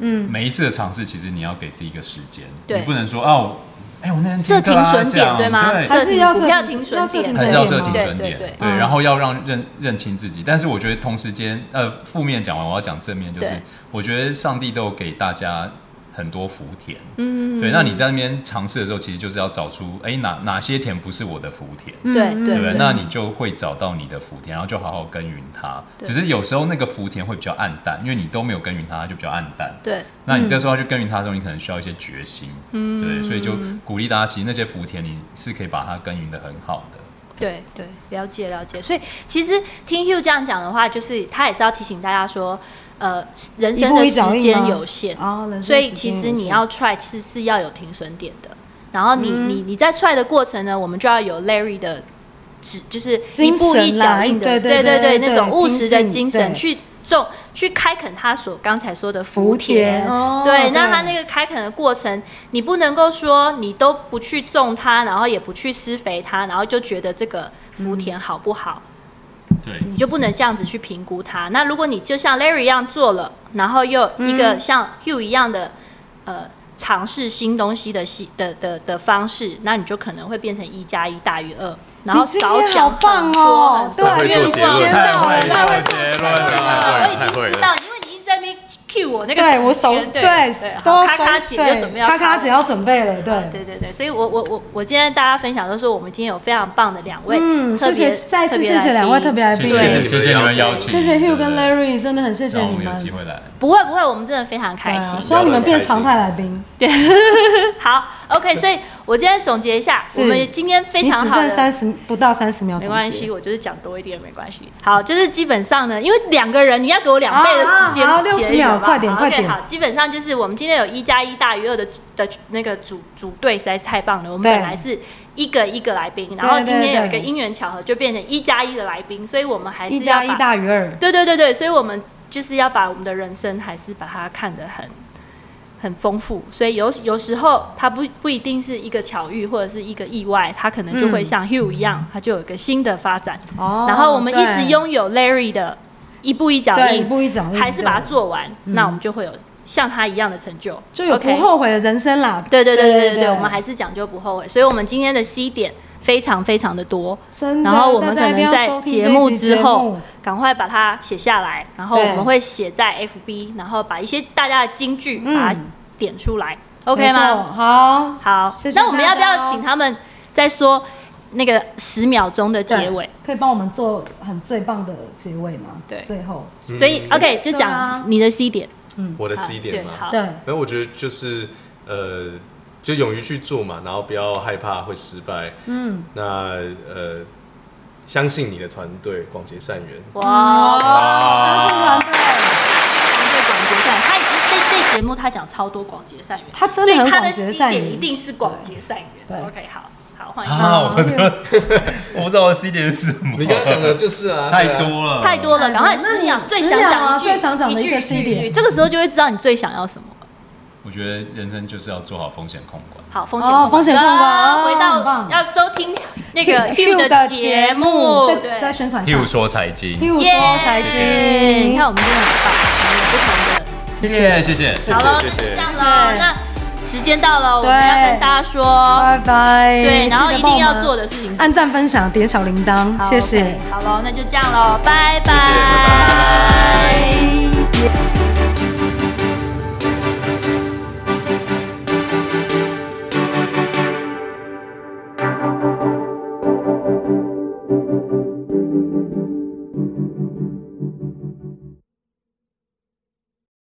Speaker 2: 嗯，
Speaker 3: 每一次的尝试，其实你要给自己一个时间，
Speaker 1: 对
Speaker 3: 你不能说啊，我哎、我那天
Speaker 1: 设
Speaker 3: 听克拉
Speaker 1: 停损
Speaker 3: 这
Speaker 1: 点
Speaker 3: 样
Speaker 1: 对吗
Speaker 3: 对
Speaker 1: 设
Speaker 2: 还是要
Speaker 1: 股
Speaker 2: 设
Speaker 1: 票
Speaker 2: 停
Speaker 1: 停损
Speaker 2: 要设
Speaker 1: 点
Speaker 2: 停
Speaker 3: 还是要设
Speaker 2: 损
Speaker 3: 停
Speaker 2: 点嘛
Speaker 3: 损点，
Speaker 1: 对对
Speaker 2: 对嗯
Speaker 3: 然后要让认认清自己。但是我觉得同时间，呃，负面讲完，我要讲正面，就是
Speaker 1: 对
Speaker 3: 我觉得上帝都有给大家很多福田，
Speaker 1: 嗯
Speaker 3: 对。那你在那边尝试的时候，其实就是要找出，哎、哪哪些田不是我的福田，
Speaker 2: 嗯
Speaker 1: 对
Speaker 2: 嗯
Speaker 1: 对
Speaker 3: 对不对？
Speaker 1: 对
Speaker 3: 那你就会找到你的福田，然后就好好耕耘它。
Speaker 1: 对
Speaker 3: 只是有时候那个福田会比较暗淡，因为你都没有耕耘它，它就比较暗淡。
Speaker 1: 对
Speaker 3: 那你这时候要去耕耘它的时候，你可能需要一些决心，嗯，对，所以就鼓励大家，其实那些福田你是可以把它耕耘的很好的，
Speaker 1: 对对，了解了解。所以其实听 Hugh 这样讲的话，就是他也是要提醒大家说，呃，人
Speaker 2: 一
Speaker 1: 生
Speaker 2: 步
Speaker 1: 的
Speaker 2: 一脚
Speaker 1: 时
Speaker 2: 印
Speaker 1: 间
Speaker 2: 吗
Speaker 1: 有限，
Speaker 2: 啊，人生
Speaker 1: 所以
Speaker 2: 时
Speaker 1: 其
Speaker 2: 间
Speaker 1: 实
Speaker 2: 有
Speaker 1: 你
Speaker 2: 限
Speaker 1: 要 try 是是要有停损点的。然后你、
Speaker 2: 嗯
Speaker 1: 你你在 try 的过程呢，我们就要有 Larry 的指，就是一
Speaker 2: 精
Speaker 1: 步一
Speaker 2: 神啦
Speaker 1: 脚印的，
Speaker 2: 对对
Speaker 1: 对
Speaker 2: 对对
Speaker 1: 那种务实的
Speaker 2: 精
Speaker 1: 精
Speaker 2: 进
Speaker 1: 神
Speaker 2: 对
Speaker 1: 去种去开垦他所刚才说的
Speaker 2: 福田哦
Speaker 1: 对，
Speaker 2: 对
Speaker 1: 那他那个开垦的过程，你不能够说你都不去种它，然后也不去施肥它，然后就觉得这个福田好不好？
Speaker 3: 对，
Speaker 2: 嗯
Speaker 1: 你就不能这样子去评估它。那如果你就像 Larry 一样做了，然后又一个像 Hugh 一样的，呃，尝试新东西的系的的的方式，那你就可能会变成一加一大于二，然后
Speaker 2: 你今
Speaker 1: 少
Speaker 2: 天
Speaker 1: 讲
Speaker 2: 好
Speaker 1: 很
Speaker 2: 棒
Speaker 1: 多
Speaker 2: 哦
Speaker 1: 很，多
Speaker 2: 对，
Speaker 4: 太会
Speaker 2: 因为
Speaker 4: 做
Speaker 2: 你
Speaker 4: 结论
Speaker 2: 捡
Speaker 4: 太
Speaker 2: 到
Speaker 4: 会
Speaker 2: 了，
Speaker 4: 太
Speaker 2: 会
Speaker 4: 会
Speaker 2: 做
Speaker 4: 结
Speaker 2: 结
Speaker 4: 论了
Speaker 2: 论
Speaker 4: 啊太会
Speaker 1: 我
Speaker 4: 了
Speaker 1: 已经知道，因为你一直在那边 cue 我那个时
Speaker 2: 对
Speaker 1: 间，
Speaker 2: 我手
Speaker 1: 对
Speaker 2: 都
Speaker 1: 好
Speaker 2: 手
Speaker 1: 咔咔姐就
Speaker 2: 对
Speaker 1: 准备要
Speaker 2: 咔咔
Speaker 1: 开
Speaker 2: 姐要准备了，对。
Speaker 1: 对对对，所以我我我我今天大家分享都是我们今天有非常棒的两位，
Speaker 2: 嗯，
Speaker 1: 特
Speaker 2: 谢
Speaker 1: 别
Speaker 2: 谢，再
Speaker 1: 特
Speaker 2: 次
Speaker 1: 别
Speaker 2: 谢
Speaker 1: 来
Speaker 2: 谢两位
Speaker 1: 宾
Speaker 2: 特别来
Speaker 3: 谢
Speaker 2: 宾，
Speaker 3: 谢
Speaker 4: 对
Speaker 3: 谢谢你们邀请，
Speaker 2: 谢谢 Hugh 跟
Speaker 3: 对不对
Speaker 2: Larry，真的很谢谢
Speaker 3: 让
Speaker 2: 你
Speaker 3: 我们有
Speaker 2: 们，
Speaker 3: 机会来，
Speaker 1: 不会不会，我们真的非常开
Speaker 2: 对
Speaker 1: 心
Speaker 2: 啊，。希望你们变常态来宾，
Speaker 1: 好，OK，所以我今天总结一下，
Speaker 2: 啊是
Speaker 1: 我们今天非
Speaker 2: 你
Speaker 1: 常
Speaker 2: 只
Speaker 1: 好
Speaker 2: 剩
Speaker 1: 的。
Speaker 2: 三十不到三十秒，
Speaker 1: 没关系，。我就是讲多一点没关系。好，就是基本上呢，因为两个人你要给我两倍的时间
Speaker 2: 啊啊啊
Speaker 1: 结
Speaker 2: 60
Speaker 1: 语
Speaker 2: 秒
Speaker 1: 好不好
Speaker 2: 快点
Speaker 1: 好
Speaker 2: 快
Speaker 1: OK，
Speaker 2: 点
Speaker 1: 好，基本上就是我们今天有一加一大于二的的那个组组队实在是太棒了。我们
Speaker 2: 对
Speaker 1: 本来是一个一个来宾，然后今天有一个
Speaker 2: 对对
Speaker 1: 因缘巧合就变成一加一的来宾，所以我们还是
Speaker 2: 一
Speaker 1: 要
Speaker 2: 加一
Speaker 1: 把
Speaker 2: 大于二，
Speaker 1: 对对对对，所以我们就是要把我们的人生还是把它看得很很丰富，所以有有时候它不不一定是一个巧遇或者是一个意外，它可能就会
Speaker 2: 嗯
Speaker 1: 像 Hugh 一样，它就有一个新的发展。
Speaker 2: 哦
Speaker 1: 然后我们一直
Speaker 2: 对
Speaker 1: 拥有 Larry 的一步一脚
Speaker 2: 对一
Speaker 1: 印，
Speaker 2: 步一脚印，
Speaker 1: 还是把它
Speaker 2: 对
Speaker 1: 做完，那我们就会有像他一样的成就，
Speaker 2: 就有不
Speaker 1: OK
Speaker 2: 后悔的人生啦。
Speaker 1: 对对对对对对，我们还是讲究不后悔，所以我们今天的 C 点非常非常的多，
Speaker 2: 真的，
Speaker 1: 然后我们
Speaker 2: 大
Speaker 1: 可
Speaker 2: 家一定
Speaker 1: 能
Speaker 2: 要
Speaker 1: 在
Speaker 2: 收听这
Speaker 1: 节
Speaker 2: 一
Speaker 1: 目
Speaker 2: 集
Speaker 1: 之
Speaker 2: 节
Speaker 1: 后
Speaker 2: 目，
Speaker 1: 赶快把它写下来，然后
Speaker 2: 对
Speaker 1: 我们会写在 FB，然后把一些大家的金句
Speaker 2: 嗯
Speaker 1: 把它点出来、o
Speaker 2: 没
Speaker 1: k 吗？
Speaker 2: 错好，
Speaker 1: 好，
Speaker 2: 谢谢
Speaker 1: 那我们要不
Speaker 2: 大家
Speaker 1: 要
Speaker 2: 哦
Speaker 1: 请他们再说那个十秒钟的结尾？
Speaker 2: 可以帮我们做很最棒的结尾吗？
Speaker 1: 对
Speaker 2: 最后，
Speaker 4: 嗯
Speaker 1: 所以 OK 就
Speaker 2: 对
Speaker 1: 讲
Speaker 2: 啊
Speaker 1: 你的 C 点，
Speaker 4: 我的
Speaker 1: 好
Speaker 4: C 点
Speaker 1: 对
Speaker 4: 嘛，
Speaker 1: 好
Speaker 2: 对，
Speaker 4: 然后我觉得就是呃，就勇于去做嘛，然后不要害怕会失败。
Speaker 2: 嗯，
Speaker 4: 那呃，相信你的团队，广结善缘。
Speaker 3: 哦
Speaker 1: 哇，
Speaker 2: 相信团队，
Speaker 1: 这个广结善，他已经这这节目他讲超多广结善缘，
Speaker 2: 他真的
Speaker 1: 所
Speaker 2: 很
Speaker 1: 以他
Speaker 2: 广
Speaker 1: 的
Speaker 2: 结
Speaker 1: C
Speaker 2: 善
Speaker 1: 点
Speaker 2: 缘
Speaker 1: 一定是广结善缘
Speaker 2: 对。
Speaker 1: OK，好。好好，换一个。
Speaker 3: 啊，我的，我不知道我的 C 点是什么。
Speaker 4: 你刚刚讲的就是啊，
Speaker 3: 太
Speaker 4: 对啊
Speaker 3: 多了，
Speaker 1: 太多了，赶快
Speaker 2: 呃那
Speaker 1: 思
Speaker 2: 你
Speaker 1: 想最
Speaker 2: 思
Speaker 1: 想
Speaker 2: 想
Speaker 1: 讲
Speaker 2: 啊
Speaker 1: 一句，
Speaker 2: 最想讲的
Speaker 1: 一
Speaker 2: 一
Speaker 1: 句
Speaker 2: 个
Speaker 1: 一句
Speaker 2: C 点
Speaker 1: 一句这个时候就会知道你最想要什么。
Speaker 3: 我觉得人生就是要做好风险控管。
Speaker 1: 好，风险
Speaker 2: 哦风险控管
Speaker 1: 啊
Speaker 2: 哦
Speaker 1: 回
Speaker 2: 很
Speaker 1: 到
Speaker 2: 棒
Speaker 1: 要收听那个
Speaker 2: Hugh
Speaker 1: Hugh 的节目，
Speaker 2: 再再
Speaker 1: 对
Speaker 2: 宣传一下
Speaker 3: Hugh 说财经，
Speaker 2: ，Hugh 说财
Speaker 1: 耶你
Speaker 2: 经
Speaker 1: 看，我们真的很棒，我们有不同的。
Speaker 3: 谢谢谢谢。
Speaker 4: 谢
Speaker 1: 好了，那
Speaker 4: 谢
Speaker 1: 就
Speaker 4: 谢
Speaker 1: 这
Speaker 4: 谢。
Speaker 1: 样了。
Speaker 2: 谢谢
Speaker 1: 那时间到了，我们
Speaker 2: 对
Speaker 1: 要跟大家说，
Speaker 2: 拜拜。
Speaker 1: 对，然后
Speaker 2: 记
Speaker 1: 一
Speaker 2: 得帮
Speaker 1: 定
Speaker 2: 我
Speaker 1: 要
Speaker 2: 们
Speaker 1: 做的事情是
Speaker 2: 按赞、分享、点小铃铛，
Speaker 1: 好
Speaker 2: 谢谢。
Speaker 1: OK，好喽，那就这样喽，拜拜
Speaker 4: 拜拜